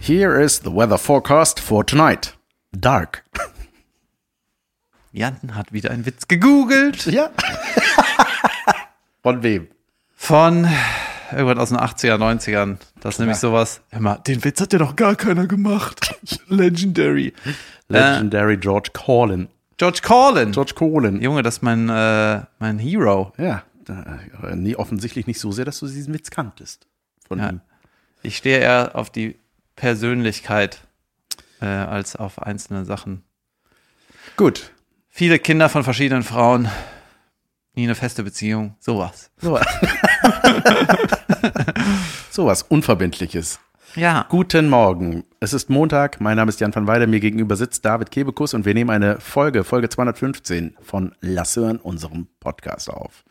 Here is the weather forecast for tonight. Dark. Janten hat wieder einen Witz gegoogelt. Ja. Von wem? Von irgendwas aus den 80er, 90ern. Das ist nämlich sowas. Hör mal, den Witz hat ja doch gar keiner gemacht. Legendary. Legendary George Corlin. George Carlin. George Corlin. Junge, das ist mein, äh, mein Hero. Ja. da- aber nie- Offensichtlich nicht so sehr, dass du diesen Witz kanntest. Von Ja. ihm. Ich stehe eher auf die Persönlichkeit äh, als auf einzelne Sachen. Gut. Viele Kinder von verschiedenen Frauen, nie eine feste Beziehung, sowas. So, so was Unverbindliches. Ja, Guten Morgen. Es ist Montag. Mein Name ist Jan van Weider. Mir gegenüber sitzt David Kebekus und wir nehmen eine Folge, Folge 215 von Lass hören, unserem Podcast auf.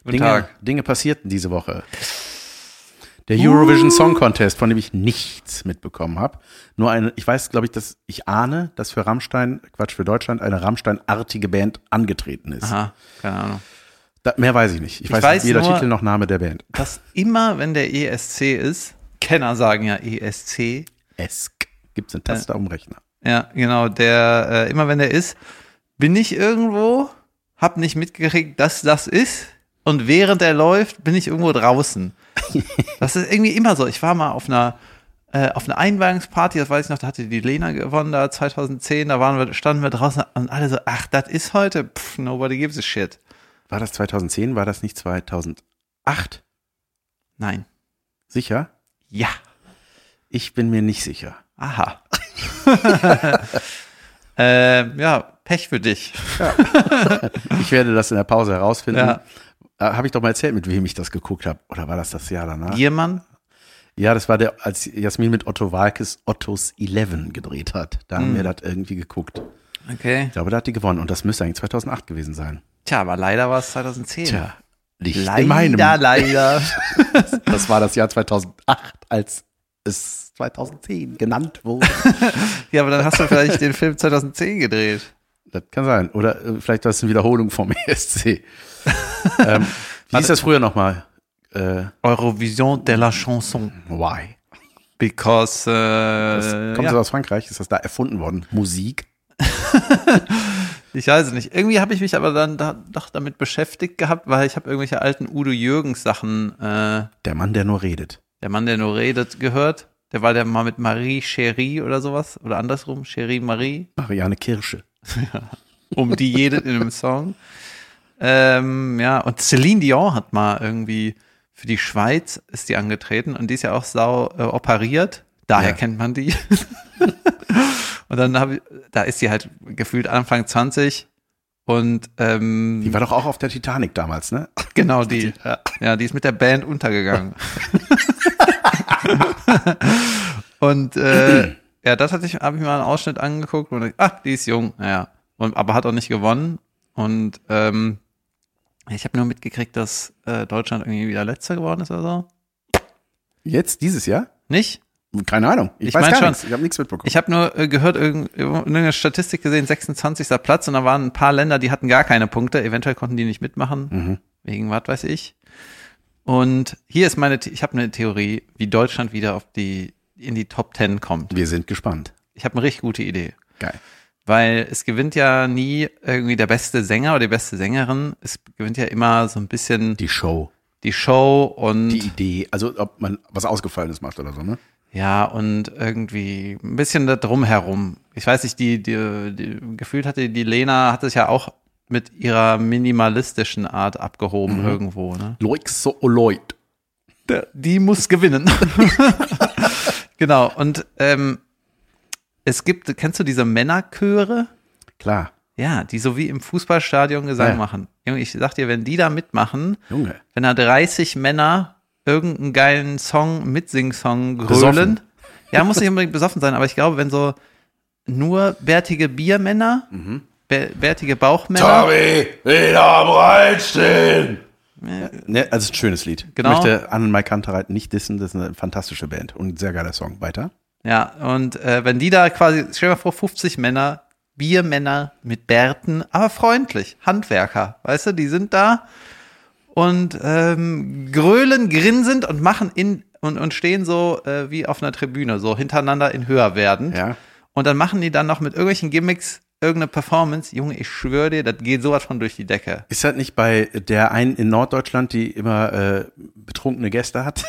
guten Dinge, Tag. Dinge passierten diese Woche. Der Uh. Eurovision Song Contest, von dem ich nichts mitbekommen habe. Nur eine, ich weiß, glaube ich, dass ich ahne, dass für Rammstein, Quatsch, für Deutschland eine Rammstein-artige Band angetreten ist. Aha, keine Ahnung. Da, mehr weiß ich nicht. Ich, weiß, weiß weder nur- Titel noch Name der Band. Dass immer, wenn der ESC ist, Kenner sagen ja E ESC, Esk. Gibt's eine Taste am Rechner. ja, genau, der, äh, immer wenn der ist, bin ich irgendwo, hab nicht mitgekriegt, dass das ist und während er läuft, bin ich irgendwo draußen. Das ist irgendwie immer so. Ich war mal auf einer, äh, auf einer Einweihungsparty, das weiß ich noch, da hatte die Lena gewonnen, da 2010, da waren wir, standen wir draußen und alle so, ach, das ist heute, pff, nobody gives a shit. War das 2010? War das nicht 2008? Nein. Sicher? Ja. Ich bin mir nicht sicher. Aha. ähm, ja, Pech für dich. Ich werde das in der Pause herausfinden. Ja. Habe ich doch mal erzählt, mit wem ich das geguckt habe. Oder war das das Jahr danach? Jemand? Ja, das war der, als Jasmin mit Otto Walkes Ottos 11 gedreht hat. Da haben wir das irgendwie geguckt. Okay. Ich glaube, da hat die gewonnen. Und das müsste eigentlich 2008 gewesen sein. Tja, aber leider war es 2010. Tja, nicht in meinem. leider, leider. Das war das Jahr 2008, als es 2010 genannt wurde. Ja, aber dann hast du vielleicht den Film 2010 gedreht. das kann sein. Oder äh, vielleicht war es eine Wiederholung vom E ESC. ähm, wie hieß das früher nochmal? Äh, Eurovision de la Chanson. why? Because, Das, äh, kommt ja, das aus Frankreich? Ist das da erfunden worden? Musik? ich weiß es nicht. Irgendwie habe ich mich aber dann da, doch damit beschäftigt gehabt, weil ich habe irgendwelche alten Udo Jürgens Sachen, äh, Der Mann, der nur redet. der Mann, der nur redet, gehört. Der war der mal mit Marie Cherie oder sowas. Oder andersrum, Cherie Marie. Marianne Kirsche. um die jede in einem Song. Ähm, ja, und Celine Dion hat mal irgendwie für die Schweiz ist die angetreten und die ist ja auch sau äh, operiert. Daher Ja. kennt man die. und dann habe ich, da ist sie halt gefühlt Anfang 20 und ähm, Die war doch auch auf der Titanic damals, ne? genau die. Ja. die ist mit der Band untergegangen. und äh, ja, das hatte ich, habe ich mal einen Ausschnitt angeguckt und dachte, ach, die ist jung, ja. Und, aber hat auch nicht gewonnen. Und ähm, ich habe nur mitgekriegt, dass äh, Deutschland irgendwie wieder letzter geworden ist oder so. Jetzt, dieses Jahr? Nicht? Keine Ahnung. Ich, Ich weiß mein gar schon. nichts. Ich habe nichts mitbekommen. Ich habe nur äh, gehört, irgend- irgendeine Statistik gesehen, 26. Platz und da waren ein paar Länder, die hatten gar keine Punkte. Eventuell konnten die nicht mitmachen, Mhm. wegen was weiß ich. Und hier ist meine, The- ich habe eine Theorie, wie Deutschland wieder auf die, in die Top 10 kommt. Wir sind gespannt. Ich habe eine richtig gute Idee. Geil. Weil es gewinnt ja nie irgendwie der beste Sänger oder die beste Sängerin. Es gewinnt ja immer so ein bisschen die, Die Show. Show und Die Idee. Also, ob man was Ausgefallenes macht oder so, ne? Ja, und irgendwie ein bisschen da drumherum. Ich weiß nicht, die, die, die gefühlt hatte die Lena hat es ja auch mit ihrer minimalistischen Art abgehoben irgendwo, ne? Loik so Leut. Die muss gewinnen. genau, und ähm, es gibt, kennst du diese Männerchöre? Klar. Ja, die so wie im Fußballstadion Gesang Ja. machen. Junge, ich sag dir, wenn die da mitmachen, Junge. wenn da 30 Männer irgendeinen geilen Song, Mitsing-Song grölen. Besoffen. Ja, muss nicht unbedingt besoffen sein, aber ich glaube, wenn so nur bärtige Biermänner, Mhm. bär- bärtige Bauchmänner, Tommy, Genau. wieder breitstehen! Ne, also es ist ein schönes Lied. Genau. Ich möchte Anne Mai Kantereit nicht dissen, das ist eine fantastische Band und ein sehr geiler Song. Weiter? ja, und äh, wenn die da quasi, stell dir mal vor, 50 Männer, Biermänner mit Bärten, aber freundlich, Handwerker, weißt du, die sind da und ähm, grölen, grinsend und machen in und, und stehen so äh, wie auf einer Tribüne, so hintereinander in höher werden. Ja. Und dann machen die dann noch mit irgendwelchen Gimmicks irgendeine Performance. Junge, ich schwöre dir, das geht sowas von durch die Decke. Ist das nicht bei der einen in Norddeutschland, die immer äh, betrunkene Gäste hat?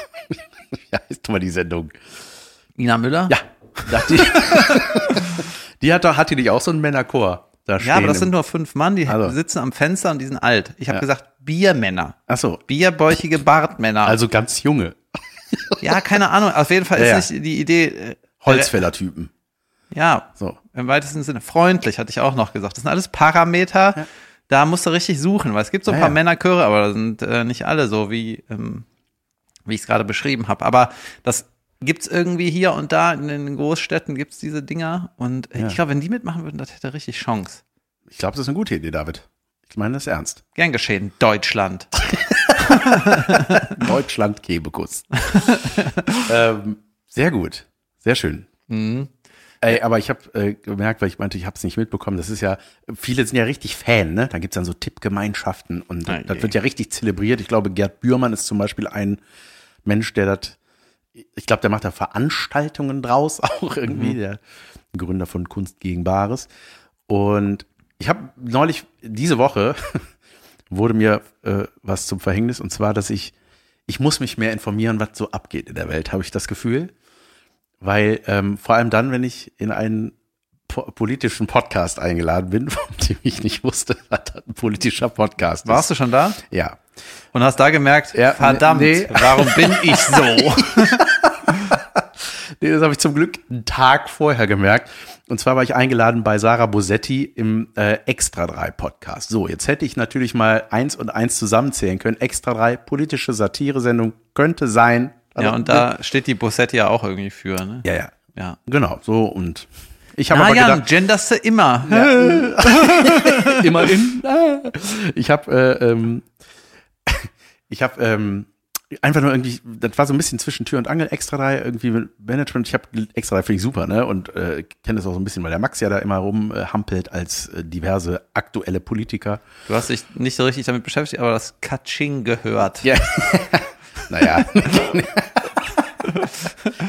ja, ist mal die Sendung. Ina Müller? Ja. Sagt die, die hat doch, hat die nicht auch so einen Männerchor? Da Ja, aber das stehen sind nur fünf Mann, die Also. sitzen am Fenster und die sind alt. Ich habe Ja. gesagt, Biermänner. im, ach so, Bierbäuchige Bartmänner. also ganz junge Äh, ja, keine Ahnung. Auf jeden Fall Ja, ist ja. nicht die Idee. äh, Holzfäller-Typen. äh, Ja, So. im weitesten Sinne. Freundlich, hatte ich auch noch gesagt. Das sind alles Parameter. Da musst du richtig suchen, weil es gibt so ein Ja, paar ja. Männerchöre, aber da sind äh, nicht alle so, wie, ähm, wie ich es gerade beschrieben habe. Aber das gibt's irgendwie hier und da in den Großstädten gibt's diese Dinger. Und äh, Ja. ich glaube, wenn die mitmachen würden, das hätte richtig Chance. Ich glaube, das ist eine gute Idee, David. Ich meine das ernst. Gern geschehen, Deutschland. Deutschland Kebekus. ähm, sehr gut. Sehr schön. Mhm. Ey, aber ich habe äh, gemerkt, weil ich meinte, ich habe es nicht mitbekommen. Das ist ja, viele sind ja richtig Fan, ne? Da gibt's dann so Tippgemeinschaften und Ei, das ei. wird ja richtig zelebriert. Ich glaube, Gerd Bührmann ist zum Beispiel ein Mensch, der das, ich glaube, der macht da Veranstaltungen draus auch irgendwie, der Gründer von Kunst gegen Bares. Und ich habe neulich, diese Woche, wurde mir äh, was zum Verhängnis und zwar, dass ich, ich muss mich mehr informieren, was so abgeht in der Welt, habe ich das Gefühl. Weil ähm, vor allem dann, wenn ich in einen po politischen Podcast eingeladen bin, von dem ich nicht wusste, dass das ein politischer Podcast Warst du schon da? ist. Ja. Und hast da gemerkt, Ja, verdammt, nee. warum bin ich so? Nee, das habe ich zum Glück einen Tag vorher gemerkt. Und zwar war ich eingeladen bei Sarah Bosetti im äh, Extra 3 Podcast. So, jetzt hätte ich natürlich mal eins und eins zusammenzählen können. Extra 3, politische Satire-Sendung könnte sein. ja, und da steht die Bossetti ja auch irgendwie für, ne? Ja, ja. Ja. Genau, so und ich habe ah, aber ja, gedacht, genderst du immer. immerhin. äh, Ich habe, äh, ähm, ich habe ähm, einfach nur irgendwie, das war so ein bisschen zwischen Tür und Angel, extra drei irgendwie mit Management. Ich habe extra drei finde ich super, ne? Und äh, kenne das auch so ein bisschen, weil der Max ja da immer rumhampelt als äh, diverse aktuelle Politiker. Du hast dich nicht so richtig damit beschäftigt, aber das Katsching gehört. Ja. naja.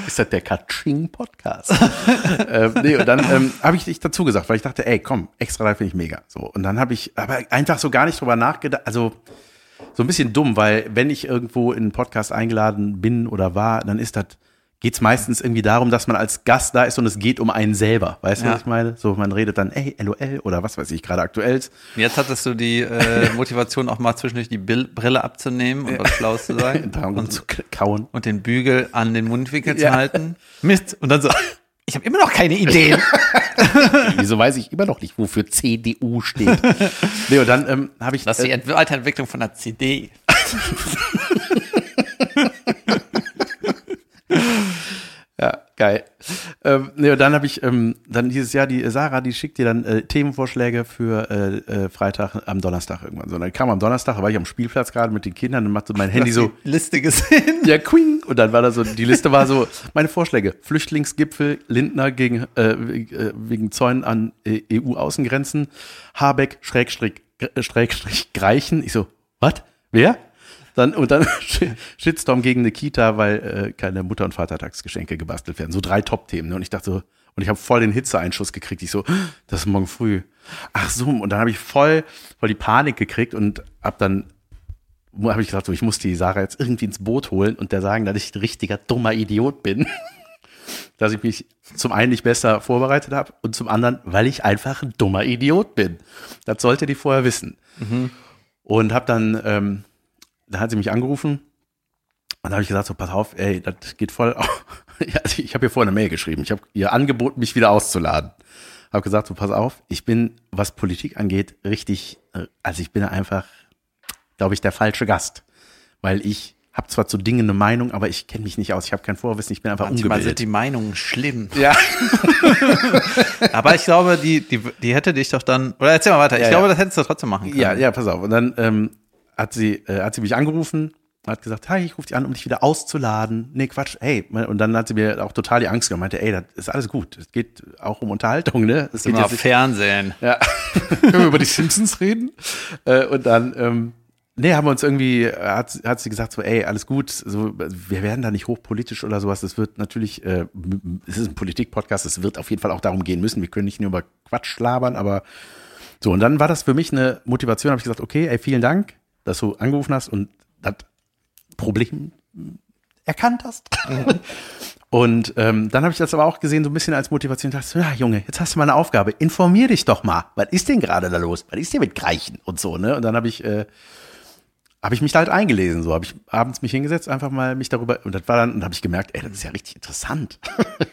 ist das der Katsching-Podcast? ähm, nee, und dann ähm, habe ich dich dazu gesagt, weil ich dachte, ey, komm, extra live finde ich mega. So. Und dann habe ich aber einfach so gar nicht drüber nachgedacht. Also so ein bisschen dumm, weil wenn ich irgendwo in einen Podcast eingeladen bin oder war, dann ist das geht's meistens irgendwie darum, dass man als Gast da ist und es geht um einen selber. Weißt du, Ja. was ich meine? So, man redet dann, ey, LOL oder was weiß ich gerade aktuell. Jetzt hattest du die äh, Motivation, auch mal zwischendurch die Bil Brille abzunehmen und was Schlaues zu sagen. Darum und, zu kauen. und den Bügel an den Mundwinkel zu Ja. halten. Mist. Und dann so, ich habe immer noch keine Ideen. Wieso weiß ich immer noch nicht, wofür CDU steht? Nee, und dann ähm, habe ich. Das ist die Äh, Ent Weiterentwicklung von der CD. ja, geil. Ähm, nee, und dann habe ich ähm, dann dieses Jahr die Sarah, die schickt dir dann äh, Themenvorschläge für äh, äh, Freitag am Donnerstag irgendwann. So, und dann kam am Donnerstag, da war ich am Spielplatz gerade mit den Kindern und machte mein Handy so. Liste gesehen. Ja, Queen. Und dann war da so, die Liste war so, meine Vorschläge. Flüchtlingsgipfel, Lindner gegen, äh, we- äh, wegen Zäunen an äh, EU-Außengrenzen, Habeck, Schrägstrich, Gr- äh, Schrägstrich, Greichen. Ich so, was? Wer? Dann, und dann Sh- Shitstorm gegen eine Kita, weil äh, keine Mutter- und Vatertagsgeschenke gebastelt werden. So drei Top-Themen. Ne? Und ich dachte so, und ich habe voll den Hitzeeinschuss gekriegt. Ich so, das ist morgen früh. Ach so, und dann habe ich voll, voll die Panik gekriegt und habe dann habe ich gesagt, so, ich muss die Sarah jetzt irgendwie ins Boot holen und der sagen, dass ich ein richtiger dummer Idiot bin. dass ich mich zum einen nicht besser vorbereitet habe und zum anderen, weil ich einfach ein dummer Idiot bin. Das sollte die vorher wissen. Und habe dann, ähm, da hat sie mich angerufen und da habe ich gesagt, so, pass auf, ey, das geht voll. auf. Ja, also ich habe ihr vorher eine Mail geschrieben. Ich habe ihr angeboten, mich wieder auszuladen. Habe gesagt, so, pass auf, ich bin, was Politik angeht, richtig, äh, also ich bin einfach glaube ich, der falsche Gast. Weil ich habe zwar zu Dingen eine Meinung, aber ich kenne mich nicht aus. Ich habe kein Vorwissen, ich bin einfach Manchmal sind ungebildet. die Meinungen schlimm. Ja. Aber ich glaube, die, die, die hätte dich doch dann. Oder erzähl mal weiter. ich Ja, glaube, ja. das hättest du trotzdem machen können. ja, ja, pass auf. Und dann ähm, hat, sie, äh, hat sie mich angerufen und hat gesagt, hi, ich rufe dich an, um dich wieder auszuladen. Nee, Quatsch, hey. Und dann hat sie mir auch total die Angst gemacht. Meinte, ey, das ist alles gut. Es geht auch um Unterhaltung, ne? Es geht Immer jetzt Fernsehen. Ja. Können wir über die Simpsons reden? Äh, und dann ähm, Nee, haben wir uns irgendwie, äh, hat, hat sie gesagt, so, ey, alles gut, so, wir werden da nicht hochpolitisch oder sowas. Es wird natürlich, äh, es ist ein Politik-Podcast, es wird auf jeden Fall auch darum gehen müssen. Wir können nicht nur über Quatsch labern, aber so. Und dann war das für mich eine Motivation, habe ich gesagt, okay, ey, vielen Dank, dass du angerufen hast und das Problem erkannt hast. und ähm, dann habe ich das aber auch gesehen, so ein bisschen als Motivation, dachte, so, ja, Junge, jetzt hast du mal eine Aufgabe, informier dich doch mal. Was ist denn gerade da los? Was ist denn mit Greichen und so, ne? Und dann habe ich, äh, habe ich mich da halt eingelesen. So habe ich abends mich hingesetzt, einfach mal mich darüber und das war dann und habe ich gemerkt, ey, das ist ja richtig interessant.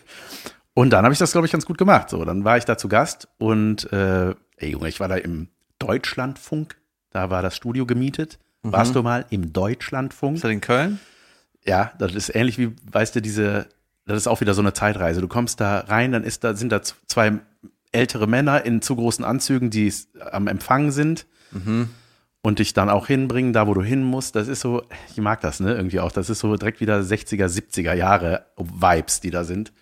und dann habe ich das, glaube ich, ganz gut gemacht. So, dann war ich da zu Gast und äh, ey Junge, ich war da im Deutschlandfunk. Da war das Studio gemietet. Warst du mal im Ist Deutschlandfunk? das in Köln? Ja, das ist ähnlich wie, weißt du, diese, das ist auch wieder so eine Zeitreise. Du kommst da rein, dann ist da, sind da z- zwei ältere Männer in zu großen Anzügen, die s- am Empfang sind Mhm. und dich dann auch hinbringen, da wo du hin musst. Das ist so, ich mag das, ne, irgendwie auch. Das ist so direkt wieder 60er, 70er Jahre Vibes, die da sind.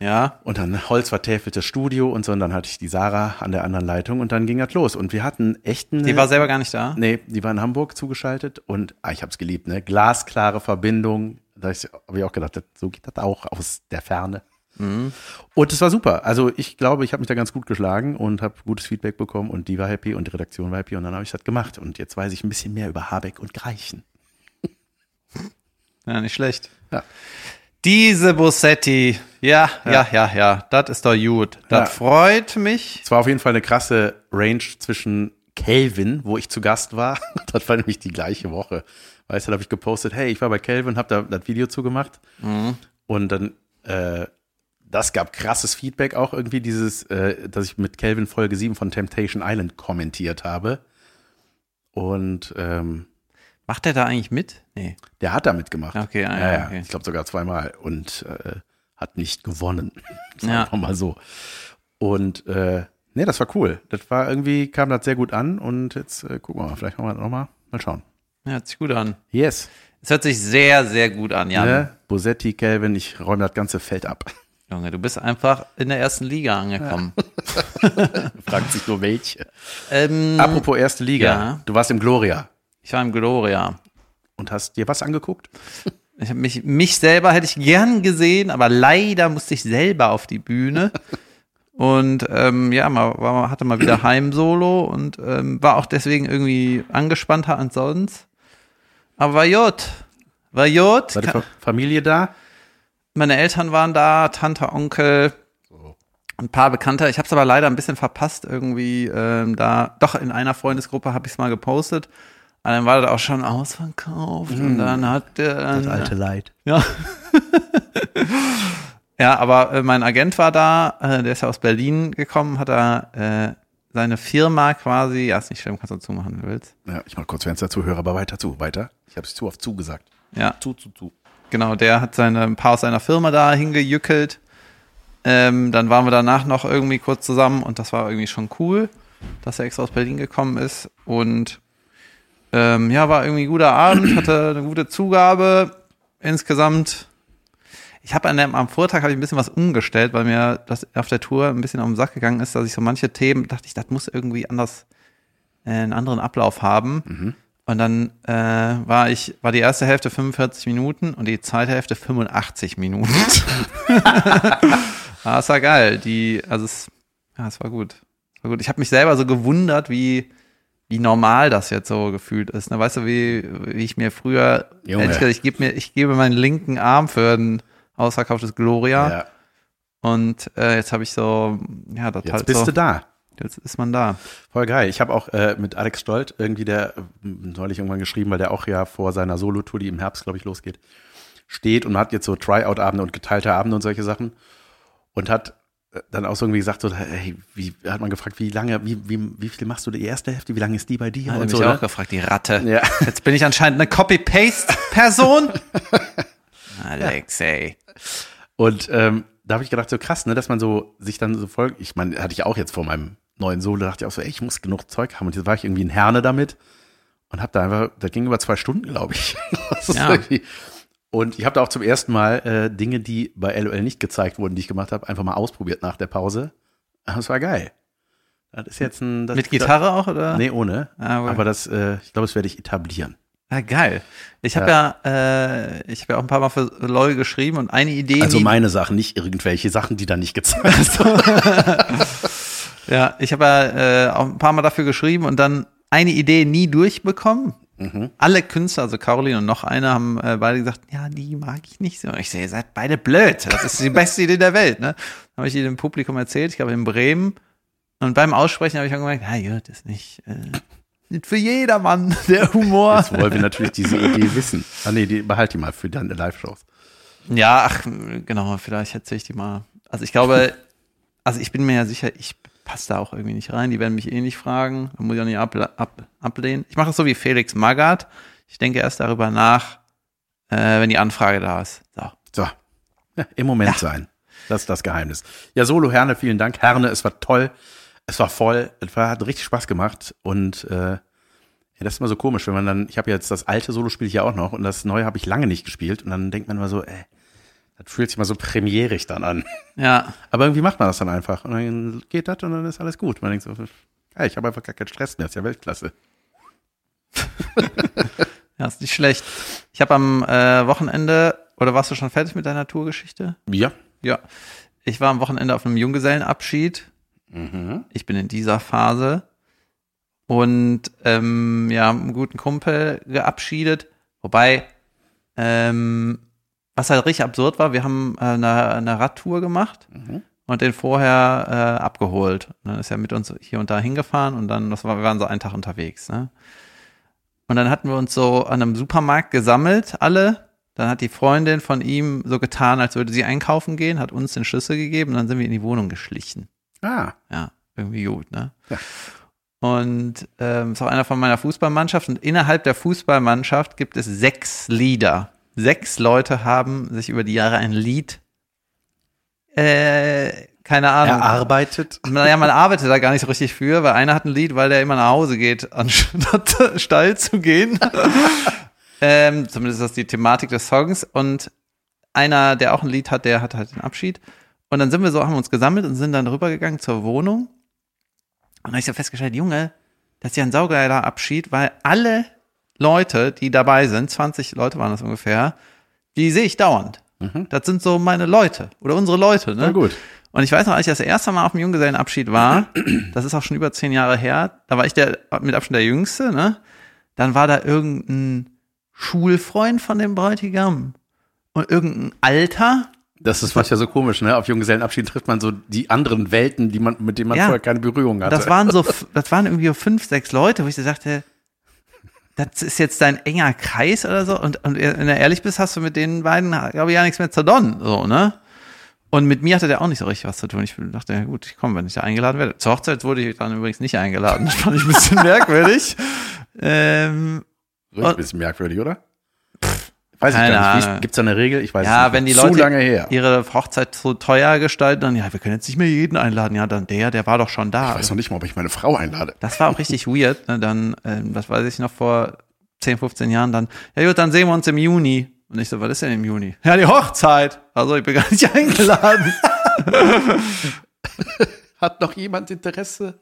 Ja. Und dann holzvertäfeltes Studio und so. Und dann hatte ich die Sarah an der anderen Leitung und dann ging das los. Und wir hatten echten. Die war selber gar nicht da. Nee, die war in Hamburg zugeschaltet und ah, ich habe es geliebt, ne? Glasklare Verbindung. Da habe ich auch gedacht, das- so geht das auch aus der Ferne. Und es war super. Also ich glaube, ich habe mich da ganz gut geschlagen und habe gutes Feedback bekommen und die war happy und die Redaktion war happy und dann habe ich das gemacht. Und jetzt weiß ich ein bisschen mehr über Habeck und Greichen. Ja, nicht schlecht. Ja. Diese Bossetti. Ja, ja, ja, ja. Das ist doch gut. Das Ja. freut mich. Es war auf jeden Fall eine krasse Range zwischen Kelvin, wo ich zu Gast war. Das war nämlich die gleiche Woche. Weißt du, da habe ich gepostet, hey, ich war bei Kelvin, habe da das Video zugemacht. Und dann, äh, das gab krasses Feedback auch irgendwie, dieses, äh, dass ich mit Kelvin Folge 7 von Temptation Island kommentiert habe. Und ähm, Macht der da eigentlich mit? Nee. der hat da mitgemacht. Okay, ja, ah, ja, ja. okay. Ich glaube sogar zweimal und äh, hat nicht gewonnen. Sagen Ja. wir mal so. Und äh, nee, das war cool. Das war irgendwie, kam das sehr gut an und jetzt äh, gucken wir mal. Vielleicht machen wir das nochmal. Mal schauen. Ja, hört sich gut an. Yes. Es hört sich sehr, sehr gut an, Jan. Ne? Bosetti, Calvin, ich räume das ganze Feld ab. Junge, du bist einfach in der ersten Liga angekommen. Fragt sich nur welche. Ähm, Apropos erste Liga. Ja. Du warst im Gloria ich war im Gloria. und hast dir was angeguckt? Ich hab mich, mich selber hätte ich gern gesehen, aber leider musste ich selber auf die Bühne. Und ähm, ja, man war, hatte mal wieder Heimsolo und ähm, war auch deswegen irgendwie angespannter als sonst. Aber war gut. War gut. War die Fa- Familie da? Meine Eltern waren da, Tante, Onkel, ein paar Bekannte. Ich habe es aber leider ein bisschen verpasst irgendwie. Ähm, da doch in einer Freundesgruppe habe ich es mal gepostet. Und dann war das auch schon ausverkauft und dann hat der Leid. ja. ja, aber äh, mein Agent war da, äh, der ist ja aus Berlin gekommen, hat da äh, seine Firma quasi, ja, ist nicht schlimm, kannst du zumachen, wenn du willst. Ja, ich mach kurz Fenster zu, höre aber weiter zu. Weiter. Ich habe es zu oft zugesagt. Ja, Zu, zu, zu. genau, der hat seine, ein paar aus seiner Firma da hingejückelt. Ähm, dann waren wir danach noch irgendwie kurz zusammen und das war irgendwie schon cool, dass er extra aus Berlin gekommen ist. Und ähm, ja, war irgendwie ein guter Abend, hatte eine gute Zugabe. Insgesamt, ich habe an dem am Vortag habe ich ein bisschen was umgestellt, weil mir das auf der Tour ein bisschen auf den Sack gegangen ist, dass ich so manche Themen dachte, ich, das muss irgendwie anders äh, einen anderen Ablauf haben. Und dann äh, war ich, war die erste Hälfte 45 Minuten und die zweite Hälfte 85 Minuten. ah, es war geil. Die, also es, ja, es war gut. Es war gut. Ich habe mich selber so gewundert, wie, wie normal das jetzt so gefühlt ist. Ne? Weißt du, wie, wie ich mir früher, Junge. ehrlich gesagt, ich gebe mir, ich gebe meinen linken Arm für ein ausverkauftes Gloria. Ja, Und äh, jetzt habe ich so, ja, das jetzt halt bist so, du da. jetzt ist man da. Voll geil. Ich habe auch äh, mit Alex Stolt irgendwie, der äh, neulich irgendwann geschrieben, weil der auch ja vor seiner Solo-Tour, die im Herbst, glaube ich, losgeht, steht und hat jetzt so Tryout-Abende und geteilte Abende und solche Sachen und hat äh, dann auch so irgendwie gesagt, so, hey, wie, hat man gefragt, wie lange, wie, wie, wie viel machst du die erste Hälfte, wie lange ist die bei dir Hat und mich so, auch ne? gefragt, die Ratte. Ja. Jetzt bin ich anscheinend eine Copy-Paste-Person. Alex, ey. Und ähm, da habe ich gedacht, so krass, ne, dass man so sich dann so folgt. Ich meine, hatte ich auch jetzt vor meinem neuen Solo, dachte ich auch so, ey, ich muss genug Zeug haben. Und jetzt war ich irgendwie in Herne damit und habe da einfach, das ging über zwei Stunden, glaube ich. Das ist Ja. irgendwie- Und ich habe da auch zum ersten Mal äh, Dinge, die bei LOL nicht gezeigt wurden, die ich gemacht habe, einfach mal ausprobiert nach der Pause. Aber es war Ah, geil. Das ist jetzt ein. Das, Mit Gitarre auch, oder? Nee, ohne. Ah, okay. Aber das, äh, ich glaube, das werde ich etablieren. Ah, geil. Ich habe ja, äh, ich habe ja auch ein paar Mal für LOL geschrieben und eine Idee. Also nie- meine Sachen, nicht irgendwelche Sachen, die da nicht gezeigt werden. ja, ich habe ja äh, auch ein paar Mal dafür geschrieben und dann eine Idee nie durchbekommen. Alle Künstler, also Caroline und noch einer, haben äh, beide gesagt, ja, die mag ich nicht so. Und Ich sehe, ihr seid beide blöd. Das ist die beste Idee der Welt. Ne? Dann habe ich die dem Publikum erzählt, ich glaube in Bremen. Und beim Aussprechen habe ich dann gemerkt, ja, gut, ist nicht, äh, nicht für jedermann der Humor. Jetzt wollen wir natürlich diese Idee wissen. Ah nee, die, behalt die mal für deine Live-Shows. Ja, ach, genau, vielleicht hätte ich die mal. Also ich glaube, also ich bin mir ja sicher, ich passe da auch irgendwie nicht rein. Die werden mich eh nicht fragen. Da muss ich auch nicht abla- ab, ablehnen. Ich mache das so wie Felix Magath. Ich denke erst darüber nach, äh, wenn die Anfrage da ist. So. So, ja, im Moment sein. Das ist das Geheimnis. Ja, Solo Herne, vielen Dank. Herne, es war toll. Es war voll. Es war, hat richtig Spaß gemacht. Und äh, ja, das ist immer so komisch, wenn man dann, ich habe jetzt das alte Solo spiele ich ja auch noch und das neue habe ich lange nicht gespielt. Und dann denkt man immer so, ey, das fühlt sich mal so premierig dann an. Ja, Aber irgendwie macht man das dann einfach. Und dann geht das und dann ist alles gut. Man denkt so, geil, ich habe einfach gar keinen Stress mehr. Das ist ja Weltklasse. ja, ist nicht schlecht. Ich habe am äh, Wochenende, oder warst du schon fertig mit deiner Tourgeschichte? Ja. Ja. Ich war am Wochenende auf einem Junggesellenabschied. Mhm. Ich bin in dieser Phase. Und ähm, ja, einen guten Kumpel geabschiedet. Wobei, ähm, was halt richtig absurd war, wir haben äh, eine, eine Radtour gemacht und den vorher äh, abgeholt. Und dann ist er mit uns hier und da hingefahren und dann, das war, wir waren so einen Tag unterwegs. Ne? Und dann hatten wir uns so an einem Supermarkt gesammelt, alle. Dann hat die Freundin von ihm so getan, als würde sie einkaufen gehen, hat uns den Schlüssel gegeben und dann sind wir in die Wohnung geschlichen. Ah, Ja, irgendwie gut, ne? Ja. Und ähm, ist auch einer von meiner Fußballmannschaft und innerhalb der Fußballmannschaft gibt es sechs Lieder. Sechs Leute haben sich über die Jahre ein Lied, äh, keine Ahnung, erarbeitet. naja, man arbeitet da gar nicht so richtig für, weil einer hat ein Lied, weil der immer nach Hause geht, anstatt steil zu gehen. ähm, zumindest ist das die Thematik des Songs. Und einer, der auch ein Lied hat, der hat halt den Abschied. Und dann sind wir so, haben uns gesammelt und sind dann rübergegangen zur Wohnung. Und dann habe ich so festgestellt, Junge, das ist ja ein saugeiler Abschied, weil alle Leute, die dabei sind, 20 Leute waren das ungefähr, die sehe ich dauernd. Das sind so meine Leute oder unsere Leute. Ne? Mhm. Na gut. Und ich weiß noch, als ich das erste Mal auf dem Junggesellenabschied war, das ist auch schon über zehn Jahre her, da war ich der, mit Abstand der Jüngste, ne? Dann war da irgendein Schulfreund von dem Bräutigam und irgendein Alter. Das ist manchmal so komisch, ne? Auf Junggesellenabschied trifft man so die anderen Welten, die man, mit denen man Ja. vorher keine Berührung hatte. Das waren so, f- das waren irgendwie so fünf, sechs Leute, wo ich so sagte, das ist jetzt dein enger Kreis oder so. Und, und wenn du ehrlich bist, hast du mit den beiden, glaube ich, ja nichts mehr zu donnen, so, ne? Und mit mir hatte der auch nicht so richtig was zu tun. Ich dachte, ja gut, ich komme, wenn ich da eingeladen werde. Zur Hochzeit wurde ich dann übrigens nicht eingeladen. Das fand ich ein bisschen merkwürdig. Ähm, Richtig ein bisschen merkwürdig, oder? Weiß ich keine gar nicht. Ahnung. Wie- Gibt's da eine Regel? Ich weiß es ja, nicht. wenn die Zu Leute lange her. ihre Hochzeit so teuer gestalten, dann, ja, wir können jetzt nicht mehr jeden einladen. Ja, dann der, der war doch schon da. Ich weiß noch nicht mal, ob ich meine Frau einlade. Das war auch richtig weird. Ne? Dann, ähm, was weiß ich noch, vor 10, 15 Jahren dann, ja gut, dann sehen wir uns im Juni. Und ich so, was ist denn im Juni? Ja, die Hochzeit. Also, ich bin gar nicht eingeladen. Hat noch jemand Interesse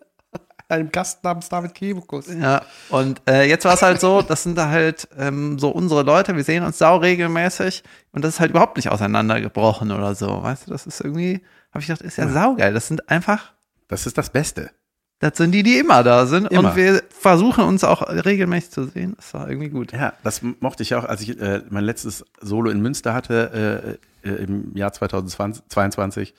an einem Gast namens David Kebukus? ja, und äh, jetzt war es halt so, das sind da halt ähm, so unsere Leute, wir sehen uns sau regelmäßig und das ist halt überhaupt nicht auseinandergebrochen oder so. Weißt du, das ist irgendwie, habe ich gedacht, ist ja saugeil. Das sind einfach Das ist das Beste. Das sind die, die immer da sind. Und Immer. wir versuchen uns auch regelmäßig zu sehen. Das war irgendwie gut. Ja, das mochte ich auch, als ich äh, mein letztes Solo in Münster hatte äh, äh, im Jahr 2022.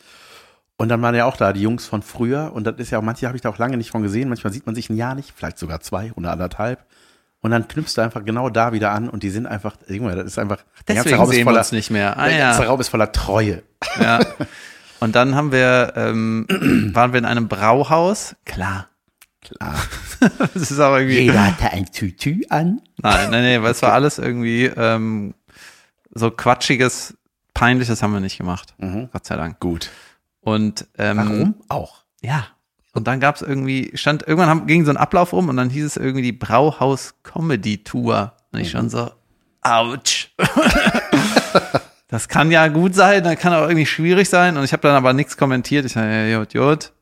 Und dann waren ja auch da die Jungs von früher. Und das ist ja auch, manche habe ich da auch lange nicht von gesehen. Manchmal sieht man sich ein Jahr nicht, vielleicht sogar zwei oder anderthalb. Und dann knüpfst du einfach genau da wieder an und die sind einfach, Junge, das ist einfach, der ganze Deswegen Raum ist sehen wir voller- uns nicht mehr. Ah, der ganze ja. Raum ist voller Treue. ja. Und dann haben wir, ähm, waren wir in einem Brauhaus. Klar. Klar. Das ist aber irgendwie. hatte ein Tütü an. Nein, nein, nein, weil es war alles irgendwie ähm, so quatschiges, peinliches haben wir nicht gemacht. Mhm. Gott sei Dank. Gut. Mhm. Und ähm, Warum auch? Ja. Und dann gab's irgendwie, stand, irgendwann haben, ging so ein Ablauf rum und dann hieß es irgendwie die Brauhaus-Comedy-Tour. Und ich Mhm. schon so, ouch. das kann ja gut sein, dann kann auch irgendwie schwierig sein. Und ich habe dann aber nichts kommentiert. Ich dachte, ja, jod, jod.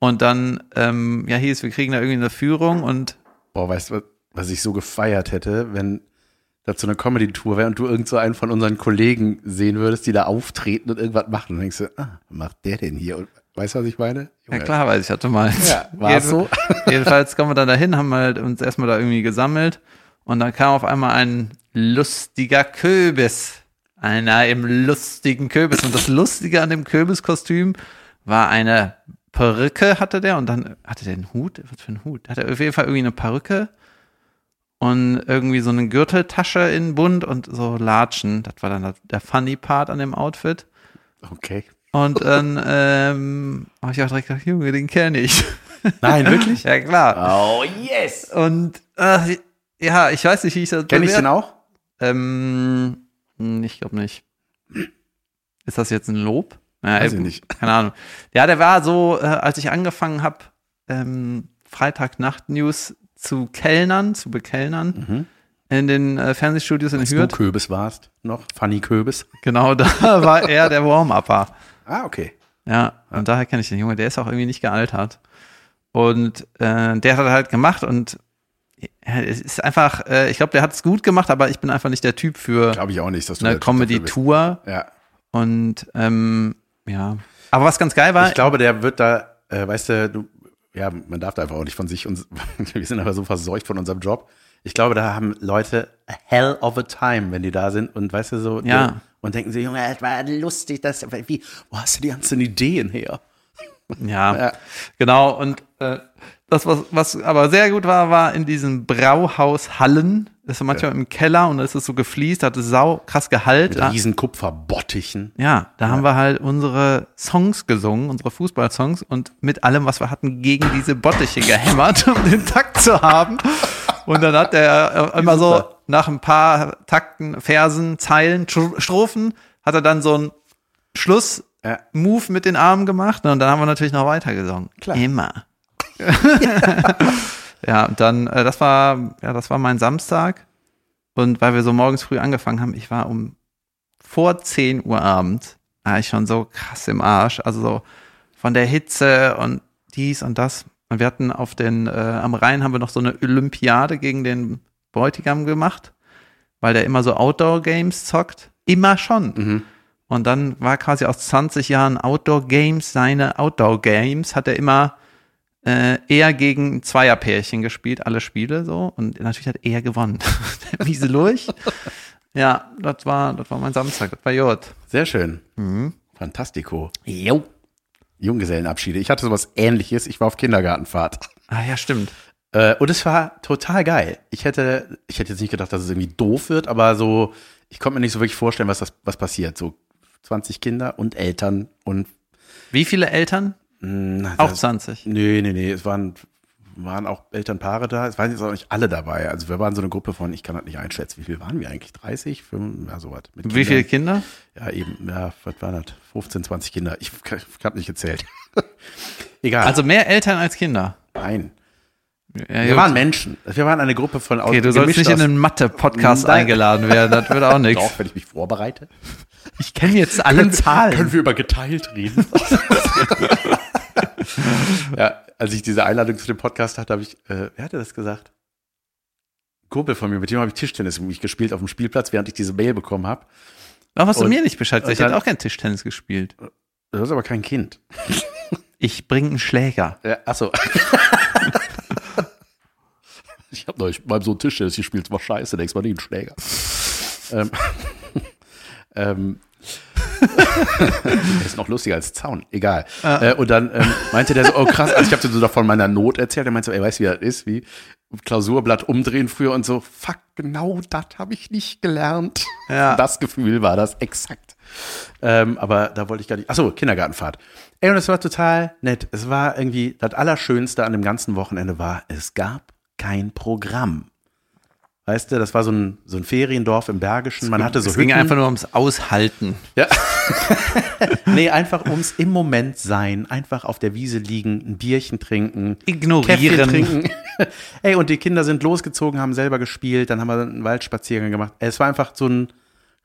Und dann, ähm, ja, hieß, wir kriegen da irgendwie eine Führung und Boah, weißt du, was- was ich so gefeiert hätte, wenn dazu eine Comedy-Tour wäre und du irgend so einen von unseren Kollegen sehen würdest, die da auftreten und irgendwas machen. Und denkst du, ah, was macht der denn hier? Und, weißt du, was ich meine? ja Junge. klar, weiß ich, hatte mal. Ja, war es so? Jedenfalls kommen wir dann dahin, haben halt uns erstmal da irgendwie gesammelt und dann kam auf einmal ein lustiger Köbis. Einer im lustigen Köbis. Und das Lustige an dem Köbiskostüm war eine Perücke hatte der und dann hatte der einen Hut? Was für einen Hut? Hatte er auf jeden Fall irgendwie eine Perücke und irgendwie so eine Gürteltasche in bunt und so Latschen. Das war dann der- der funny Part an dem Outfit. Okay. Und dann ähm, habe ich auch direkt gedacht, Junge, den kenne ich. Nein, wirklich? Ja, klar. Oh, yes! Und äh, ja, ich weiß nicht, wie ich das Kenne ich bewerte. den auch? Ähm, hm, ich glaube nicht. Ist das jetzt ein Lob? Ja, Weiß äh, ich nicht. Keine Ahnung. Ja, der war so, äh, als ich angefangen habe, ähm, Freitagnacht-News zu Kellnern, zu bekellnern, Mhm. in den äh, Fernsehstudios in Als du Hürth. Köbis warst noch, Funny Köbis. Genau, da war er der Warm-Upper. Ah, okay. Ja, und daher kenne ich den Junge, der ist auch irgendwie nicht gealtert. Und äh, der hat das halt gemacht und ja, es ist einfach, äh, ich glaube, der hat es gut gemacht, aber ich bin einfach nicht der Typ für Glaube ich auch nicht, dass du eine der Typ dafür bist. Comedy-Tour. Ja. Und ähm, ja. Aber was ganz geil war, Ich glaube, der wird da, äh, weißt du, du, ja, man darf da einfach auch nicht von sich und wir sind aber so verseucht von unserem Job. Ich glaube, da haben Leute a hell of a time, wenn die da sind und weißt du so, Ja. die- und denken sie, Junge, das war lustig, das, wie, wo hast du die ganzen Ideen her? ja, Ja. genau. Und äh, das, was, was aber sehr gut war, war in diesem Brauhaus Hallen. Das ist manchmal im Keller und da ist es so gefliest, hat es sau krass Gehalt. Mit Da- riesen Kupferbottichen. Ja, da haben wir halt unsere Songs gesungen, unsere Fußballsongs und mit allem, was wir hatten, gegen diese Bottiche gehämmert, um den Takt zu haben. Und dann hat er äh, immer so Super. nach ein paar Takten, Versen, Zeilen, Stro- Strophen, hat er dann so einen Ja. Schluss-Move mit den Armen gemacht. ne? Und dann haben wir natürlich noch weiter gesungen. Klar. Immer. ja, und dann, äh, das war, ja, das war mein Samstag. Und weil wir so morgens früh angefangen haben, ich war um vor 10 Uhr abends, war ich schon so krass im Arsch. Also so von der Hitze und dies und das. Und wir hatten auf den, äh, am Rhein haben wir noch so eine Olympiade gegen den Bräutigam gemacht, weil der immer so Outdoor-Games zockt. Immer schon. Mhm. Und dann war quasi aus 20 Jahren Outdoor-Games seine Outdoor-Games, hat er immer äh, eher gegen Zweierpärchen gespielt, alle Spiele so. Und natürlich hat er gewonnen. Der Miese Lurch. Ja, das war, das war mein Samstag, das war Jod. Sehr schön. Mhm. Fantastico. Jo. Junggesellenabschiede. Ich hatte sowas ähnliches. Ich war auf Kindergartenfahrt. Ah ja, stimmt. Äh, und es war total geil. Ich hätte, ich hätte jetzt nicht gedacht, dass es irgendwie doof wird, aber so, ich konnte mir nicht so wirklich vorstellen, was das, was passiert. So 20 Kinder und Eltern und Wie viele Eltern? mh, Auch das, 20. Nee, nee, nee. Es waren, waren auch Elternpaare da. Es waren jetzt auch nicht alle dabei. Also wir waren so eine Gruppe von, ich kann das nicht einschätzen, wie viel waren wir eigentlich? 30, 5, ja, sowas. Mit Wie viele Kindern. Kinder? Ja, eben, ja, was waren das? 15, 20 Kinder. Ich, ich habe nicht gezählt. Egal. Also mehr Eltern als Kinder. nein. Ja, Wir gut. waren Menschen. Wir waren eine Gruppe von aus- okay, du sollst gemischt nicht in aus- einen Mathe-Podcast Nein. eingeladen werden, das wird auch nichts. Doch, wenn ich mich vorbereite. Ich kenne jetzt alle Zahlen. Können wir über geteilt reden? ja, als ich diese Einladung zu dem Podcast hatte, habe ich, äh, wer hatte das gesagt? Ein Kumpel von mir, mit dem habe ich Tischtennis mit mich gespielt auf dem Spielplatz, während ich diese Mail bekommen habe. Warum hast du Und- mir nicht Bescheid gesagt? Ich und hätte dann- auch gern Tischtennis gespielt. Das ist aber kein Kind. Ich bringe einen Schläger. Ja, achso. ich habe neulich beim so Tischtennis gespielt, es war scheiße, denkst mal nie einen Schläger. ähm, ähm, der ist noch lustiger als Zaun, egal. Ah. Äh, und dann ähm, meinte der so, oh krass, also ich habe dir so davon meiner Not erzählt, er meinte so, ey, weißt du, wie das ist, wie Klausurblatt umdrehen früher und so, fuck, genau das habe ich nicht gelernt. Ja. Das Gefühl war das exakt. Ähm, aber da wollte ich gar nicht. Achso, Kindergartenfahrt. Ey, und es war total nett. Es war irgendwie, das Allerschönste an dem ganzen Wochenende war, es gab kein Programm. Weißt du, das war so ein, so ein Feriendorf im Bergischen. Man hatte so es ging Hütten. einfach nur ums Aushalten. Nee, einfach ums im Moment sein, einfach auf der Wiese liegen, ein Bierchen trinken, Käffchen Ignorieren. trinken. Ey, und die Kinder sind losgezogen, haben selber gespielt, dann haben wir einen Waldspaziergang gemacht. Es war einfach so ein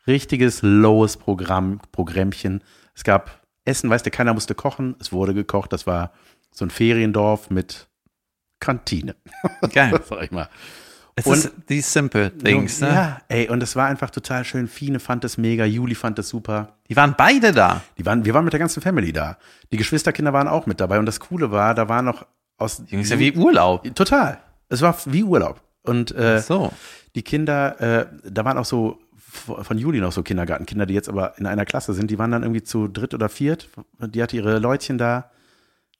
richtiges lowes Programm, Programmchen. Es gab Essen, weißt du, keiner musste kochen, es wurde gekocht, das war so ein Feriendorf mit Kantine, Geil. sag ich mal. Es Und- ist die simple things, ne? Ja, ey, und es war einfach total schön. Fine fand es mega, Juli fand es super. Die waren beide da. Die waren, wir waren mit der ganzen Family da. Die Geschwisterkinder waren auch mit dabei. Und das Coole war, da war noch aus. Jungs, ja wie Urlaub. Total. Es war wie Urlaub. Und äh, So. die Kinder, äh, da waren auch so v- von Juli noch so Kindergartenkinder, die jetzt aber in einer Klasse sind. Die waren dann irgendwie zu dritt oder viert. Die hatte ihre Leutchen da.